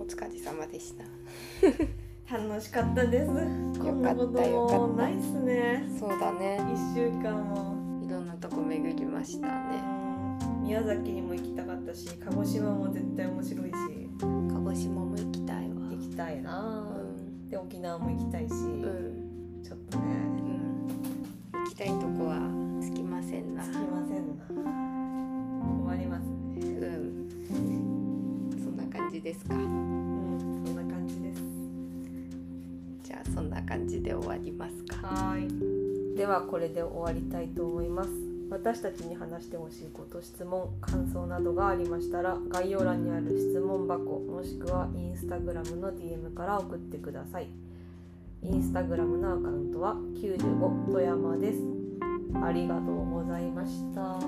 Speaker 2: お疲れ様でした
Speaker 1: 楽しかったですこんなこと
Speaker 2: よかったよ
Speaker 1: も
Speaker 2: かった
Speaker 1: ないっすね
Speaker 2: そうだね
Speaker 1: 1週間も
Speaker 2: いろんなとこ巡りましたね
Speaker 1: 宮崎にも行きたかったし鹿児島も絶対面白いし
Speaker 2: 鹿児島も行きたいわ
Speaker 1: 行きたいなぁ、
Speaker 2: うん
Speaker 1: で沖縄も行きたいし、
Speaker 2: うん、
Speaker 1: ちょっとね
Speaker 2: 行きたいとこはつきませんな
Speaker 1: つきませんな困ります
Speaker 2: う
Speaker 1: ね
Speaker 2: んそんな感じですか
Speaker 1: うんそんな感じです
Speaker 2: じゃあそんな感じで終わりますか
Speaker 1: はーいではこれで終わりたいと思います私たちに話してほしいこと質問感想などがありましたら概要欄にある質問箱もしくはインスタグラムの DM から送ってくださいインスタグラムのアカウントは95富山ですありがとうございました。